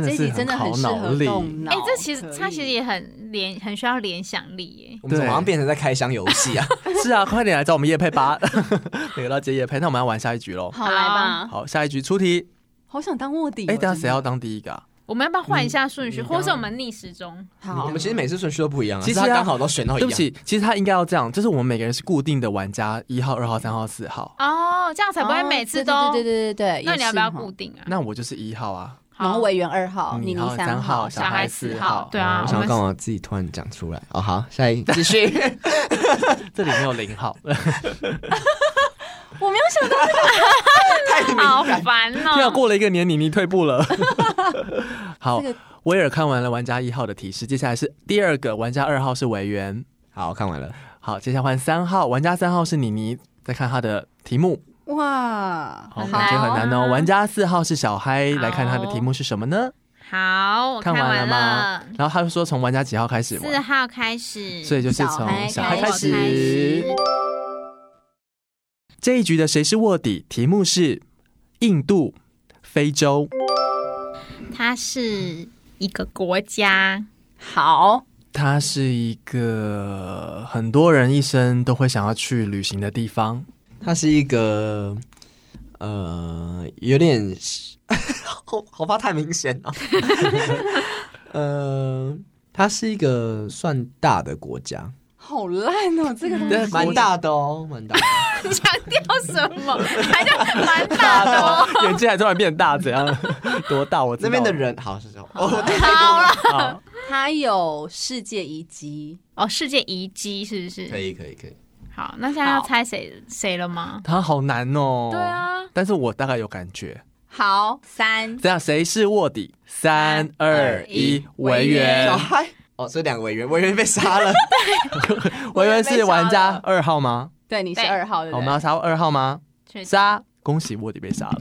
[SPEAKER 4] 这
[SPEAKER 1] 的
[SPEAKER 4] 一
[SPEAKER 1] 是
[SPEAKER 4] 集真的很
[SPEAKER 1] 考
[SPEAKER 4] 适
[SPEAKER 1] 脑
[SPEAKER 4] 合
[SPEAKER 1] 力。
[SPEAKER 4] 动脑。
[SPEAKER 3] 哎，这其实
[SPEAKER 4] 可以
[SPEAKER 3] 他其实也很联，很需要联想力耶。
[SPEAKER 2] 我们怎么好像变成在开箱游戏啊？
[SPEAKER 1] 是啊，快点来找我们叶配吧， [LAUGHS] 每个到接叶配。那我们要玩下一局喽。
[SPEAKER 4] 好来吧，
[SPEAKER 1] 好，下一局出题。
[SPEAKER 4] 好想当卧底哦。
[SPEAKER 1] 哎、等下
[SPEAKER 4] 真的
[SPEAKER 1] 谁要当第一个啊？
[SPEAKER 3] 我们要不要换一下顺序，
[SPEAKER 1] 嗯
[SPEAKER 3] 或是我们逆时钟？
[SPEAKER 2] [LAUGHS]
[SPEAKER 4] 好
[SPEAKER 2] 我们其实每次顺序都不一样、啊，
[SPEAKER 1] 其实啊
[SPEAKER 2] 是他刚好都选到
[SPEAKER 4] 哦
[SPEAKER 2] 一
[SPEAKER 1] 对
[SPEAKER 2] 样。
[SPEAKER 1] 不起，其实他应该要这样，就是我们每个人是固定的玩家，一号、二号、三号、四号。
[SPEAKER 3] 哦，这样才不会
[SPEAKER 4] 哦
[SPEAKER 3] 每次
[SPEAKER 4] 对
[SPEAKER 3] 都。
[SPEAKER 4] 对对对对对。
[SPEAKER 3] 那你要不要固
[SPEAKER 4] 顾？
[SPEAKER 3] 定啊？
[SPEAKER 1] 那我就是一号啊，
[SPEAKER 4] 然后
[SPEAKER 3] 好
[SPEAKER 4] 委员二号，
[SPEAKER 1] 你
[SPEAKER 4] 妮妮
[SPEAKER 1] 号
[SPEAKER 4] 三
[SPEAKER 1] 号，小
[SPEAKER 3] 小
[SPEAKER 1] 孩
[SPEAKER 3] 孩
[SPEAKER 1] 四
[SPEAKER 3] 四
[SPEAKER 1] 号
[SPEAKER 3] 号。对啊
[SPEAKER 2] 哦我
[SPEAKER 3] 我
[SPEAKER 2] 想
[SPEAKER 3] 们
[SPEAKER 2] 干嘛自己突然讲出来？哦，好，下一继续。
[SPEAKER 1] 这里没有零号，
[SPEAKER 4] 我没有想到，
[SPEAKER 3] 好烦
[SPEAKER 1] [LAUGHS] 天啊，
[SPEAKER 3] 哦！
[SPEAKER 1] 过了一个年，妮妮退步了。好
[SPEAKER 4] 这个，
[SPEAKER 1] 威尔看完了玩家一号的提示，接下来是第二个玩家二号是委员。
[SPEAKER 2] [LAUGHS] 好，看完了。
[SPEAKER 1] 好，接下来换三号，玩家三号是妮妮。再看他的题目，
[SPEAKER 4] 哇，
[SPEAKER 1] 好，
[SPEAKER 3] 很
[SPEAKER 1] 感觉
[SPEAKER 3] 难
[SPEAKER 1] 很
[SPEAKER 3] 哦
[SPEAKER 1] 难哦。玩家四号是小嗨，
[SPEAKER 3] 好
[SPEAKER 1] 来看他的题目是什么呢？
[SPEAKER 3] 好，我
[SPEAKER 1] 看完
[SPEAKER 3] 哦完
[SPEAKER 1] 了吗
[SPEAKER 3] 了，？
[SPEAKER 1] 然后他就说从玩家几号开始
[SPEAKER 3] 四
[SPEAKER 1] 玩，
[SPEAKER 3] 号开始，
[SPEAKER 1] 所以就是
[SPEAKER 4] 小
[SPEAKER 1] 从
[SPEAKER 4] 嗨
[SPEAKER 1] 小嗨
[SPEAKER 4] 开
[SPEAKER 1] 开
[SPEAKER 4] 始
[SPEAKER 1] 始。这一局的谁是卧底？题目是印度、非洲、
[SPEAKER 5] 它是一个国家，
[SPEAKER 4] 好，
[SPEAKER 1] 它是一个很多人一生都会想要去旅行的地方。
[SPEAKER 2] 它是一个呃，有点 [LAUGHS] 好好怕太明显啊。 [LAUGHS] 呃，它是一个算大的国家，
[SPEAKER 4] 好烂
[SPEAKER 1] [LAUGHS]
[SPEAKER 4] 哦，这个东
[SPEAKER 2] 对，
[SPEAKER 4] 西
[SPEAKER 2] 蛮大的哦，蛮 [LAUGHS] 大的。
[SPEAKER 3] 强调什
[SPEAKER 4] [LAUGHS]
[SPEAKER 3] 么？还是蛮大的哦。
[SPEAKER 1] 眼睛还突然变大，怎样？多大？我知道
[SPEAKER 2] 那边的人好是这样，哦， [LAUGHS] 对
[SPEAKER 4] 好了，
[SPEAKER 1] 好
[SPEAKER 4] 它有世界遗迹，
[SPEAKER 3] 哦，世界遗迹是不是？
[SPEAKER 2] 可以可以可以，
[SPEAKER 3] 好，那现在要
[SPEAKER 4] 好
[SPEAKER 3] 猜谁谁了吗？
[SPEAKER 1] 他好难哦。
[SPEAKER 3] 对啊，
[SPEAKER 1] 但是我大概有感觉。
[SPEAKER 4] 好，三，
[SPEAKER 1] 这样谁是卧底？三二一，维园
[SPEAKER 2] 哎小。孩哦，所以两个委员，委员被杀了，
[SPEAKER 1] [LAUGHS] 维园是玩家
[SPEAKER 4] 被杀了
[SPEAKER 1] 二号吗？
[SPEAKER 4] 对，你是
[SPEAKER 3] 对
[SPEAKER 4] 二号，对
[SPEAKER 1] 好，
[SPEAKER 4] 不
[SPEAKER 1] 我
[SPEAKER 4] 对
[SPEAKER 1] 们要杀二号吗？
[SPEAKER 3] 确定
[SPEAKER 1] 杀！恭喜卧底被杀了。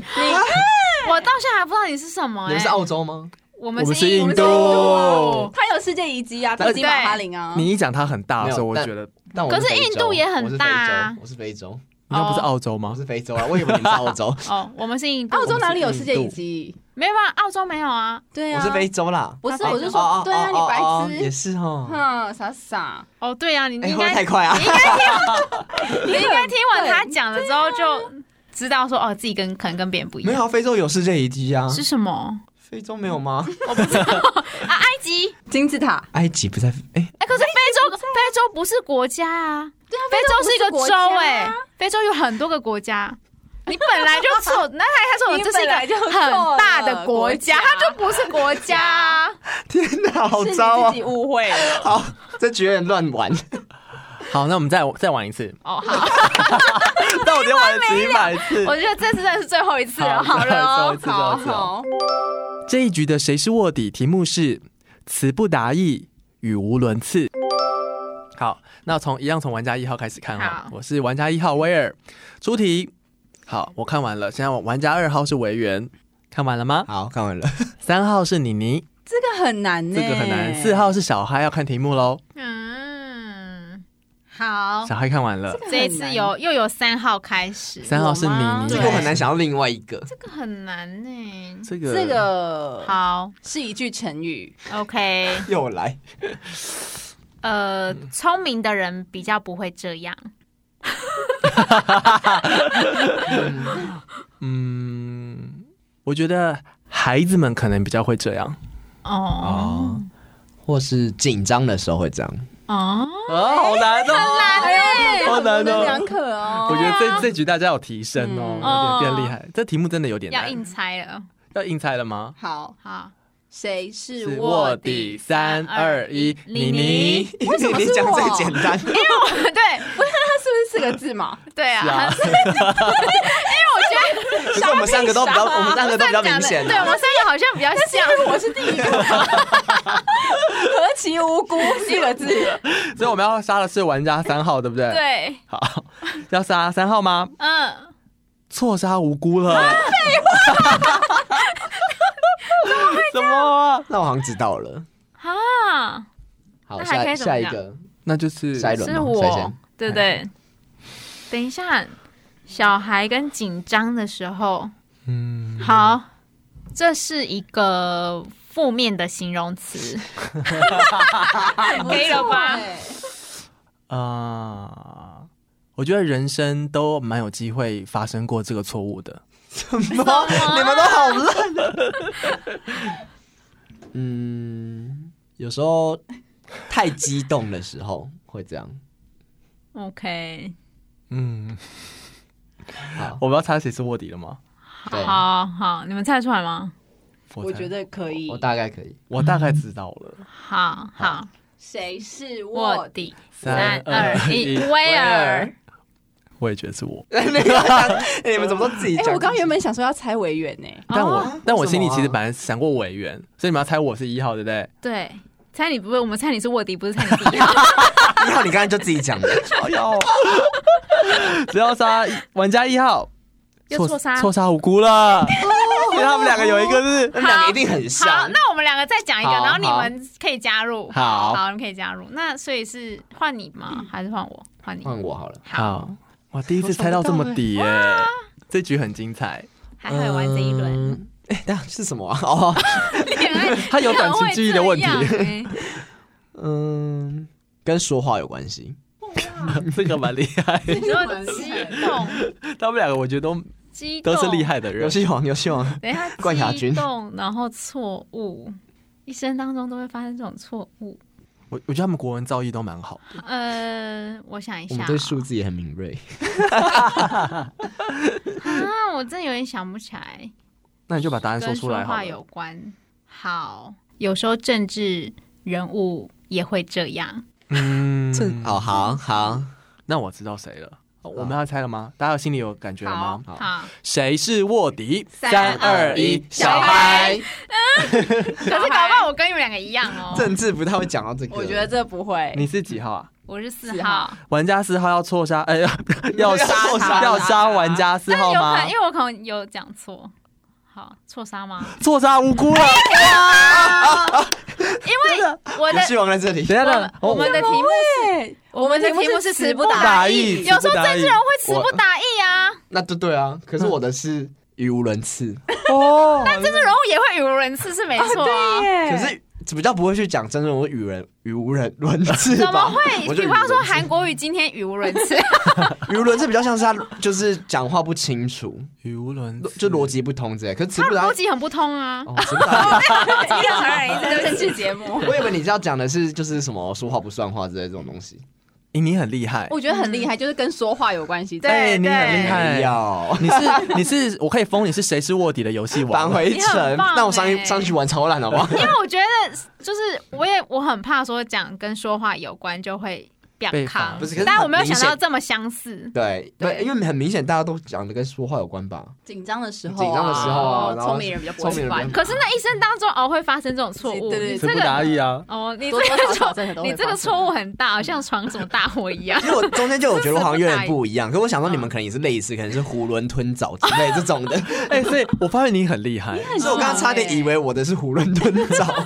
[SPEAKER 3] [LAUGHS] 我到现在还不知道你是什么、
[SPEAKER 2] 你
[SPEAKER 3] 哎，
[SPEAKER 2] 们是澳洲吗？
[SPEAKER 3] 我
[SPEAKER 1] 我们
[SPEAKER 3] 们
[SPEAKER 1] 是
[SPEAKER 3] 印
[SPEAKER 1] 印度
[SPEAKER 4] 它有世界遗迹啊，
[SPEAKER 1] 但
[SPEAKER 4] 古迹马哈林啊，
[SPEAKER 1] 你一讲它很大，
[SPEAKER 2] 没有
[SPEAKER 1] 所以我
[SPEAKER 2] 但
[SPEAKER 1] 觉得
[SPEAKER 2] 但我
[SPEAKER 3] 可是
[SPEAKER 2] 非
[SPEAKER 3] 印
[SPEAKER 2] 洲
[SPEAKER 3] 度也很
[SPEAKER 2] 我是非
[SPEAKER 3] 大啊
[SPEAKER 2] 洲我是非洲，
[SPEAKER 1] 你那不是澳洲吗
[SPEAKER 2] 我？是非洲啊，为什么你们是澳洲？
[SPEAKER 3] 哦，我们是印度，
[SPEAKER 4] 澳洲哪里有世界遗迹？
[SPEAKER 3] 没有啊，澳洲没有啊，
[SPEAKER 4] 对
[SPEAKER 2] 我
[SPEAKER 4] 啊，
[SPEAKER 2] 是非洲啦。
[SPEAKER 4] 不是，
[SPEAKER 3] 哦
[SPEAKER 4] 我是
[SPEAKER 2] 哦
[SPEAKER 4] 说
[SPEAKER 2] 哦，
[SPEAKER 4] 对啊，
[SPEAKER 2] 哦
[SPEAKER 4] 你
[SPEAKER 2] 哦哦
[SPEAKER 4] 白
[SPEAKER 2] 也
[SPEAKER 4] 痴，
[SPEAKER 2] 是哈。
[SPEAKER 4] 哼，傻傻，
[SPEAKER 3] 哦，对啊，你
[SPEAKER 2] 哎，会
[SPEAKER 3] 应
[SPEAKER 2] 不会
[SPEAKER 3] 该、
[SPEAKER 2] 太快啊？
[SPEAKER 3] 你应该听完他讲了之后就知道说哦，自己跟可能跟别人不一
[SPEAKER 2] 没
[SPEAKER 3] 样。
[SPEAKER 2] 有啊，非洲有世界遗迹啊。
[SPEAKER 3] 是什么？啊
[SPEAKER 2] 非洲没有吗？
[SPEAKER 4] 嗯
[SPEAKER 3] 埃及？
[SPEAKER 4] 金字塔，
[SPEAKER 2] 埃及不在，哎，
[SPEAKER 3] 哎、可是非洲非洲不是国家啊，
[SPEAKER 4] 对啊，
[SPEAKER 3] 非洲是一个
[SPEAKER 4] 不是国
[SPEAKER 3] 州
[SPEAKER 4] 家啊
[SPEAKER 3] 哎、非洲有很多个国家。你本来就
[SPEAKER 4] [LAUGHS]
[SPEAKER 3] 错，那还还说我
[SPEAKER 4] 你
[SPEAKER 3] 这是一
[SPEAKER 4] 本来就
[SPEAKER 3] 个很大
[SPEAKER 4] 错
[SPEAKER 3] 的
[SPEAKER 4] 了
[SPEAKER 3] 国
[SPEAKER 4] 国
[SPEAKER 3] 家，
[SPEAKER 4] 家
[SPEAKER 3] 它就不是国家啊。，
[SPEAKER 2] 天哪，好
[SPEAKER 4] 是你
[SPEAKER 2] 糟
[SPEAKER 4] 自
[SPEAKER 2] 啊
[SPEAKER 4] 己！误会了，
[SPEAKER 2] 好，这局有点乱玩，
[SPEAKER 1] 好，那我们再再玩一次
[SPEAKER 3] 哦，好，
[SPEAKER 1] 到底要玩几百
[SPEAKER 3] [LAUGHS]
[SPEAKER 1] 次？
[SPEAKER 3] 我觉得这次真的是最后一次了，
[SPEAKER 1] 好
[SPEAKER 3] 好了哦，
[SPEAKER 1] 最后一次最后一次哦
[SPEAKER 4] 好，
[SPEAKER 1] 这一局的谁是卧底？题目是“词不达意，语无伦次”。好，那从一样从玩家一号开始看哈
[SPEAKER 3] 好，
[SPEAKER 1] 我是玩家一号威尔。出题，好，我看完了。现在我玩家二号是维园，看完了吗？
[SPEAKER 2] [LAUGHS] 好，看 [LAUGHS] 完了。
[SPEAKER 1] 三号是妮妮，
[SPEAKER 4] 这个很难呢，
[SPEAKER 1] 这个很难。四号是小嗨，要看题目喽。
[SPEAKER 3] 嗯，好，
[SPEAKER 1] 小嗨看完了，
[SPEAKER 4] 个很难
[SPEAKER 3] 这一次有又有三号开始，
[SPEAKER 1] 三号是妮妮，
[SPEAKER 4] 对
[SPEAKER 2] 这个我很难想到另外一个，
[SPEAKER 3] 这个很难呢。
[SPEAKER 1] 这个
[SPEAKER 4] 这个
[SPEAKER 3] 好
[SPEAKER 4] 是一句成语，
[SPEAKER 3] ，OK，
[SPEAKER 2] 又来。
[SPEAKER 3] 呃，聪明的人比较不会这样。
[SPEAKER 1] 嗯，我觉得孩子们可能比较会这样。
[SPEAKER 3] 哦
[SPEAKER 2] 哦，或是紧张的时候会这样。
[SPEAKER 3] 哦，
[SPEAKER 1] 啊，好难哦，
[SPEAKER 4] 哎
[SPEAKER 1] 好
[SPEAKER 4] 模
[SPEAKER 1] 难
[SPEAKER 4] 棱
[SPEAKER 1] 哦
[SPEAKER 4] 两。可
[SPEAKER 1] 我
[SPEAKER 4] 哦，
[SPEAKER 1] 觉得这这局大家有提升
[SPEAKER 4] 嗯
[SPEAKER 1] 哦，有点变厉害。这题目真的有点
[SPEAKER 3] 要
[SPEAKER 1] 难，
[SPEAKER 3] 硬猜了。
[SPEAKER 1] 要硬猜了吗？
[SPEAKER 4] 好，
[SPEAKER 3] 好，
[SPEAKER 4] 谁是
[SPEAKER 1] 是
[SPEAKER 4] 我？
[SPEAKER 1] 卧底，三二一，妮妮。 [LAUGHS]
[SPEAKER 4] 为什么
[SPEAKER 2] 你
[SPEAKER 4] 是
[SPEAKER 2] 讲
[SPEAKER 4] 我
[SPEAKER 2] 最简
[SPEAKER 4] [LAUGHS]
[SPEAKER 2] 单？
[SPEAKER 3] 对
[SPEAKER 4] 它是不是四个字嘛？
[SPEAKER 3] 对
[SPEAKER 1] 是啊
[SPEAKER 3] 啊，，
[SPEAKER 2] 可是我们三个都比较，
[SPEAKER 4] 傻啊
[SPEAKER 2] 我们三个都比较明显
[SPEAKER 3] 对我
[SPEAKER 2] 啊。
[SPEAKER 3] 们三个好像 [LAUGHS] 比较像。
[SPEAKER 4] 我是第一个，何其无辜，四个字。
[SPEAKER 1] 所以我们要杀的是玩家三号，对不对？。
[SPEAKER 3] 对，
[SPEAKER 1] 好，要杀三号吗？
[SPEAKER 3] 嗯，
[SPEAKER 1] 错杀无辜了。 [LAUGHS] 什么啊？
[SPEAKER 2] 那我好像知道了。
[SPEAKER 3] 啊，
[SPEAKER 2] 好，
[SPEAKER 3] 那还
[SPEAKER 2] 下
[SPEAKER 3] 可以怎么
[SPEAKER 2] 下一
[SPEAKER 3] 样
[SPEAKER 2] 个，
[SPEAKER 1] 那就是
[SPEAKER 2] 下一轮
[SPEAKER 3] 是
[SPEAKER 2] 吗谁
[SPEAKER 3] 我
[SPEAKER 2] 先，哎
[SPEAKER 3] 对不对？等一下，小孩跟紧张的时候，
[SPEAKER 1] 嗯，
[SPEAKER 3] 好，这是一个负面的形容词，可以了吧？
[SPEAKER 4] 哎
[SPEAKER 1] 啊、我觉得人生都蛮有机会发生过这个错误的。
[SPEAKER 2] 什么？你们都好烂。嗯，有时候太激动的时候会这样。
[SPEAKER 3] OK，
[SPEAKER 1] 嗯，
[SPEAKER 2] 好，
[SPEAKER 1] 我们要猜谁是卧底了吗？
[SPEAKER 2] 对，
[SPEAKER 3] 好好，你们猜出来吗？
[SPEAKER 1] 猜
[SPEAKER 4] 我觉得可以
[SPEAKER 2] 我。大概可以。
[SPEAKER 1] 我大概知道了。
[SPEAKER 3] 好好，
[SPEAKER 4] 谁是
[SPEAKER 3] 卧
[SPEAKER 4] 卧底？
[SPEAKER 3] 底，三二一，哦威
[SPEAKER 2] 威
[SPEAKER 3] 尔
[SPEAKER 2] 尔，
[SPEAKER 1] 我也觉得是我，
[SPEAKER 2] 哎 [LAUGHS] 你们怎么都自己
[SPEAKER 4] 哎，
[SPEAKER 2] 讲？
[SPEAKER 4] 我刚原本想说要猜维园呢，
[SPEAKER 1] 但我、
[SPEAKER 3] 哦
[SPEAKER 1] 但我
[SPEAKER 2] 为什
[SPEAKER 1] 心
[SPEAKER 2] 么
[SPEAKER 1] 里
[SPEAKER 2] 啊
[SPEAKER 1] 其实本来想过委员，所以你们要猜我是一号，对不对？
[SPEAKER 3] 对。猜你不会，我们猜你是卧底，不是猜你啊 [LAUGHS] 第一号。
[SPEAKER 2] [LAUGHS] 一号，你刚才就自己讲的。
[SPEAKER 1] [LAUGHS] 只要杀玩家一号，
[SPEAKER 3] 又错杀哦
[SPEAKER 1] 错杀无辜了，因为他们两个有一个是
[SPEAKER 2] 他们两个一定很
[SPEAKER 3] 好，
[SPEAKER 2] 像。
[SPEAKER 3] 那我们两个再讲一个，
[SPEAKER 2] 好
[SPEAKER 3] 然后你们可以加入。
[SPEAKER 2] 好
[SPEAKER 3] 好，你们可以加入。那所以是换你
[SPEAKER 1] 嗯
[SPEAKER 3] 吗？还是换我？换你。
[SPEAKER 2] 换我好了。
[SPEAKER 1] 好，哇，第一次猜到这么底耶、这局很精彩。
[SPEAKER 3] 还会玩这一轮。 [LAUGHS]
[SPEAKER 2] [LAUGHS] 嗯。哎，等一下是什么啊？哦，
[SPEAKER 1] 嗯他有短期记忆的问题
[SPEAKER 3] 你，很会这样欸
[SPEAKER 2] 嗯，跟说话有关 [LAUGHS] 系。
[SPEAKER 1] [LAUGHS] 这个蛮厉害。
[SPEAKER 3] 你说激动，
[SPEAKER 1] 他们两个我觉得
[SPEAKER 3] 哎
[SPEAKER 1] 都
[SPEAKER 3] 激动
[SPEAKER 1] 都是厉。害的人
[SPEAKER 2] 游。戏王，游戏王，
[SPEAKER 3] 等一下，
[SPEAKER 2] 冠亚军
[SPEAKER 3] 激动，然后错误，一生当中都会发生这种错误。
[SPEAKER 1] 我我觉得他们国文造诣都蛮好的。
[SPEAKER 3] 呃，我想一
[SPEAKER 2] 我
[SPEAKER 3] 下
[SPEAKER 2] 们
[SPEAKER 3] 啊，
[SPEAKER 2] 对数字也很敏锐。
[SPEAKER 3] 啊，我真的有点想不起来。
[SPEAKER 1] 那你就把答案说
[SPEAKER 3] 跟
[SPEAKER 1] 出
[SPEAKER 3] 说
[SPEAKER 1] 来好
[SPEAKER 3] 话
[SPEAKER 1] 了。
[SPEAKER 3] 有关。好，有时候政治人物也会这样。
[SPEAKER 1] 嗯
[SPEAKER 2] 这好哦好好，
[SPEAKER 1] 那我知道谁了。哦我们要猜了吗？大家有心里有感觉了
[SPEAKER 3] 好
[SPEAKER 1] 吗？
[SPEAKER 3] 好，
[SPEAKER 1] 谁是卧底？
[SPEAKER 3] 三
[SPEAKER 1] 二一
[SPEAKER 3] 小孩， [LAUGHS] 可是搞不好我跟你们两个一样哦。
[SPEAKER 2] 政治不太会讲到这个。
[SPEAKER 4] 我觉得这不会。
[SPEAKER 1] 你是几号啊？
[SPEAKER 3] 我是四
[SPEAKER 4] 四
[SPEAKER 3] 号
[SPEAKER 4] 号，
[SPEAKER 1] 玩家四号要错杀， [LAUGHS] 哎、呀，要杀
[SPEAKER 4] 要杀
[SPEAKER 1] 要杀
[SPEAKER 4] 他
[SPEAKER 1] 玩家四
[SPEAKER 3] 但
[SPEAKER 1] 号
[SPEAKER 3] 有可能
[SPEAKER 1] 吗
[SPEAKER 3] 因？为我可能有讲错。好，错杀吗？
[SPEAKER 1] 错杀无辜了。
[SPEAKER 3] 因为我的
[SPEAKER 2] 游戏王在这里，
[SPEAKER 1] 等一下，等一下，
[SPEAKER 3] 我
[SPEAKER 1] 哦
[SPEAKER 3] 我们的题
[SPEAKER 4] 哦
[SPEAKER 3] 目
[SPEAKER 4] 对，
[SPEAKER 3] 我们的题目是词不达
[SPEAKER 1] 打
[SPEAKER 3] 意，
[SPEAKER 1] 意，啊
[SPEAKER 3] 有时候政治人会词
[SPEAKER 2] 我
[SPEAKER 3] 不达意啊，
[SPEAKER 2] [LAUGHS] 那就对啊。可是我的是语无伦次，
[SPEAKER 1] 哦，
[SPEAKER 3] 政治人物也会语无伦次是没错啊。
[SPEAKER 2] 可
[SPEAKER 4] 可
[SPEAKER 2] 是比较不会去讲真正我语人语无伦伦次
[SPEAKER 3] 怎么
[SPEAKER 2] 吧？
[SPEAKER 3] 会？
[SPEAKER 2] 我就语
[SPEAKER 3] 比
[SPEAKER 2] 无
[SPEAKER 3] 方说
[SPEAKER 2] 伦次
[SPEAKER 3] 韩国语今天语无伦次，
[SPEAKER 2] 语无伦次比较像是他就是讲话不清楚，
[SPEAKER 1] 语无伦次，
[SPEAKER 2] 就逻辑不通之类。可是词
[SPEAKER 3] 他
[SPEAKER 2] 不达
[SPEAKER 3] 逻辑很不通啊。
[SPEAKER 2] 哦，词不达意。
[SPEAKER 4] [LAUGHS] 一两人一直在政治节目，
[SPEAKER 2] 我以为你是要讲的是就是什么说话不算话之类的这种东西。
[SPEAKER 1] 欸你很厉害。
[SPEAKER 4] 我觉得很厉害，就是跟说话有关系。
[SPEAKER 3] 对
[SPEAKER 1] 哎你很
[SPEAKER 3] 对
[SPEAKER 1] 厉害
[SPEAKER 2] 哎要
[SPEAKER 1] 你是你是，我可以封你是谁是卧底的游戏
[SPEAKER 2] 返
[SPEAKER 1] 王。
[SPEAKER 2] 回
[SPEAKER 3] 你
[SPEAKER 2] 城
[SPEAKER 3] 很，棒
[SPEAKER 2] 那我上
[SPEAKER 3] 哎
[SPEAKER 2] 一上去玩超烂好不好？ [LAUGHS]
[SPEAKER 3] 因为我觉得就是我也我很怕说讲跟说话有关就会表
[SPEAKER 1] 被罚
[SPEAKER 3] 康
[SPEAKER 2] 不是可是，
[SPEAKER 3] 但
[SPEAKER 2] 很
[SPEAKER 3] 我没有
[SPEAKER 2] 明
[SPEAKER 3] 想到
[SPEAKER 2] 显
[SPEAKER 3] 这么相似。
[SPEAKER 2] 对，
[SPEAKER 4] 对
[SPEAKER 2] 对，因为很明显大家都讲的跟说话有关吧。
[SPEAKER 4] 紧张的时候啊，
[SPEAKER 2] 紧张的时候啊，然后
[SPEAKER 4] 聪明人比较不
[SPEAKER 2] 聪明
[SPEAKER 4] 会
[SPEAKER 2] 人比
[SPEAKER 4] 犯
[SPEAKER 2] 较。
[SPEAKER 3] 可是那一生当中哦会发生这种错误，
[SPEAKER 4] 对对
[SPEAKER 3] 你
[SPEAKER 1] 词
[SPEAKER 3] 这
[SPEAKER 1] 不达
[SPEAKER 3] 个
[SPEAKER 1] 意啊，
[SPEAKER 3] 哦你这
[SPEAKER 4] 多多
[SPEAKER 3] 个
[SPEAKER 4] 少少
[SPEAKER 3] 错
[SPEAKER 4] 真的都会
[SPEAKER 3] 你这
[SPEAKER 4] 发
[SPEAKER 3] 个
[SPEAKER 4] 生
[SPEAKER 3] 错误很大，像闯什么大祸一样。
[SPEAKER 2] [LAUGHS] 因为我中间就有觉得我好像有点不一样，可我想说
[SPEAKER 3] 嗯
[SPEAKER 2] 你们可能也是类似，可能是囫囵吞枣之类这种
[SPEAKER 3] [LAUGHS]
[SPEAKER 2] 的，
[SPEAKER 1] 哎、所以我发现你很厉害。
[SPEAKER 2] 所以我刚刚差点以为我的是囫囵吞枣。 [LAUGHS]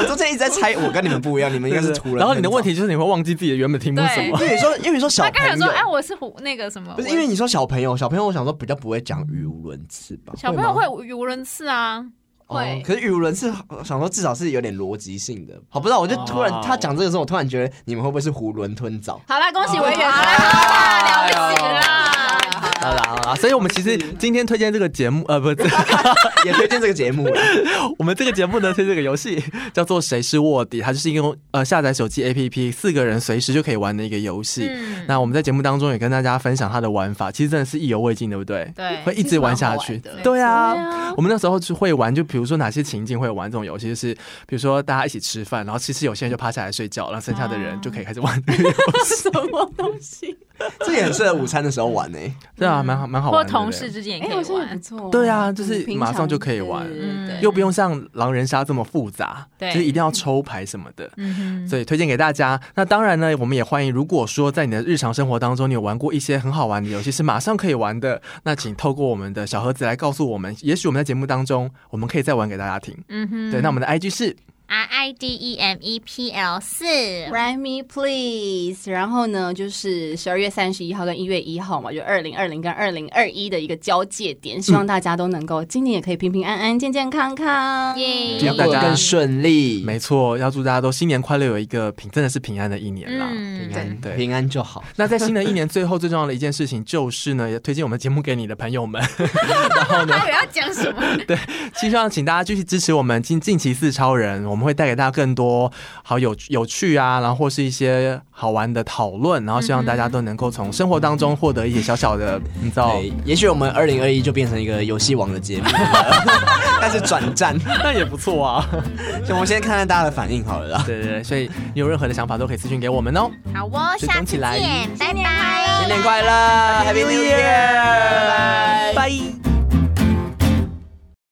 [SPEAKER 2] 我中间一直在猜，我跟你们不一样，你们应该是囫囵吞枣。
[SPEAKER 1] 然后你的问，题就是你会忘记自己的原本题目是什么。
[SPEAKER 2] 因为你说，因为你说小
[SPEAKER 3] 他刚
[SPEAKER 2] 朋
[SPEAKER 3] 才有说，哎，
[SPEAKER 2] 友，
[SPEAKER 3] 我是虎那个什么，
[SPEAKER 2] 不是
[SPEAKER 3] 我
[SPEAKER 2] 因为你说小朋友，小朋友我想说比较不会讲语无伦次吧？
[SPEAKER 3] 小朋友会语无伦次啊，
[SPEAKER 2] 哦
[SPEAKER 4] 会，
[SPEAKER 2] 可是语无伦次，我想说至少是有点逻辑性的。好，不知道，我就突然
[SPEAKER 1] 哦
[SPEAKER 2] 他讲这个时候，我突然觉得你们会不会是囫囵吞枣？
[SPEAKER 4] 好啦，恭喜委员，
[SPEAKER 3] 好啦好啦，了不起啦！
[SPEAKER 1] 好啦好啦，所以我们其实今天推荐这个节目，呃，不是， [LAUGHS]
[SPEAKER 2] 也推荐这个节目啦。
[SPEAKER 1] 我们这个节目呢推这个游戏叫做《谁是卧底》，它就是一个呃下载手机 APP，四个人随时就可以玩的一个游戏。
[SPEAKER 3] 嗯，
[SPEAKER 1] 那我们在节目当中也跟大家分享它的玩法，其实真的是意犹未尽，对不对？
[SPEAKER 3] 对
[SPEAKER 1] 会一直玩下
[SPEAKER 4] 其实
[SPEAKER 1] 去
[SPEAKER 4] 蛮好玩的
[SPEAKER 1] 对
[SPEAKER 3] 对
[SPEAKER 1] 啊
[SPEAKER 3] 啊，
[SPEAKER 1] 我们那时候就会玩，就比如说哪些情境会玩这种游戏，就是比如说大家一起吃饭，然后其实有些人就趴下来睡觉，然后剩下的人就可以开始玩。
[SPEAKER 3] 嗯
[SPEAKER 4] 什么东西？
[SPEAKER 2] 这也很适合午餐的时候玩欸呢、
[SPEAKER 1] 对啊，蛮好蛮好
[SPEAKER 3] 或
[SPEAKER 1] 玩的。
[SPEAKER 3] 同
[SPEAKER 1] 对
[SPEAKER 3] 事之间也
[SPEAKER 4] 哎，
[SPEAKER 3] 可
[SPEAKER 4] 我
[SPEAKER 3] 以
[SPEAKER 4] 觉得不
[SPEAKER 3] 玩，
[SPEAKER 4] 错。
[SPEAKER 1] 对啊就是
[SPEAKER 4] 嗯平
[SPEAKER 1] 马
[SPEAKER 4] 常
[SPEAKER 1] 上就可以玩
[SPEAKER 4] 对对嗯对
[SPEAKER 1] 又不用像狼人杀这么复杂，
[SPEAKER 3] 对
[SPEAKER 1] 就是一定要抽牌什么的。
[SPEAKER 3] 嗯哼，
[SPEAKER 1] 所以推荐给大家。那当然呢，我们也欢迎，如果说在你的日常生活当中，你有玩过一些很好玩的游戏，是马上可以玩的，那请透过我们的小盒子来告诉我们。也许我们在节目当中，我们可以再玩给大家听。
[SPEAKER 3] 嗯哼，
[SPEAKER 1] 对，那我们的 IG 是
[SPEAKER 5] R I D E M E P L 四
[SPEAKER 4] Write me please，然后呢，就是十二月三十一号跟一月一号嘛，就二零二零跟二零二一的一个交界点，希望大家都能够今年也可以平平安安、健健康康。
[SPEAKER 5] 耶，
[SPEAKER 1] 祝大
[SPEAKER 2] 过得
[SPEAKER 1] 家
[SPEAKER 2] 更顺利，
[SPEAKER 1] 没错，要祝大家都新年快乐，有一个平真的是平安的一年啦。
[SPEAKER 2] 平
[SPEAKER 5] 嗯，
[SPEAKER 2] 安，
[SPEAKER 1] 对
[SPEAKER 2] 平安就好。
[SPEAKER 1] 那在新的一年最后最重要的一件事情就是呢，也推荐我们节目给你的朋
[SPEAKER 3] [LAUGHS]
[SPEAKER 1] 友们。
[SPEAKER 3] 还有要讲什么？
[SPEAKER 1] 希望请大家继续支持我们近近期四超人，我们会带给大家更多好有有趣啊，然后或是一些好玩的讨论，然后希望大家都能够从生活当中获得一些小小的，嗯你知道，
[SPEAKER 2] 对，也许我们二零二一就变成一个游戏王的节目， [LAUGHS] 但是转战。
[SPEAKER 1] 那也不错啊。
[SPEAKER 2] 所以我们先看看大家的反应好了啦。
[SPEAKER 1] [LAUGHS] 对对对，所以你有任何的想法都可以私讯给我们哦。
[SPEAKER 5] 好哦，
[SPEAKER 1] 追
[SPEAKER 5] 下
[SPEAKER 1] 踪
[SPEAKER 5] 次
[SPEAKER 1] 起
[SPEAKER 5] 见
[SPEAKER 1] 来，
[SPEAKER 5] 拜拜。
[SPEAKER 2] 新
[SPEAKER 3] [LAUGHS]
[SPEAKER 2] 年快乐，Happy New 哦 Year，拜拜。
[SPEAKER 1] 拜。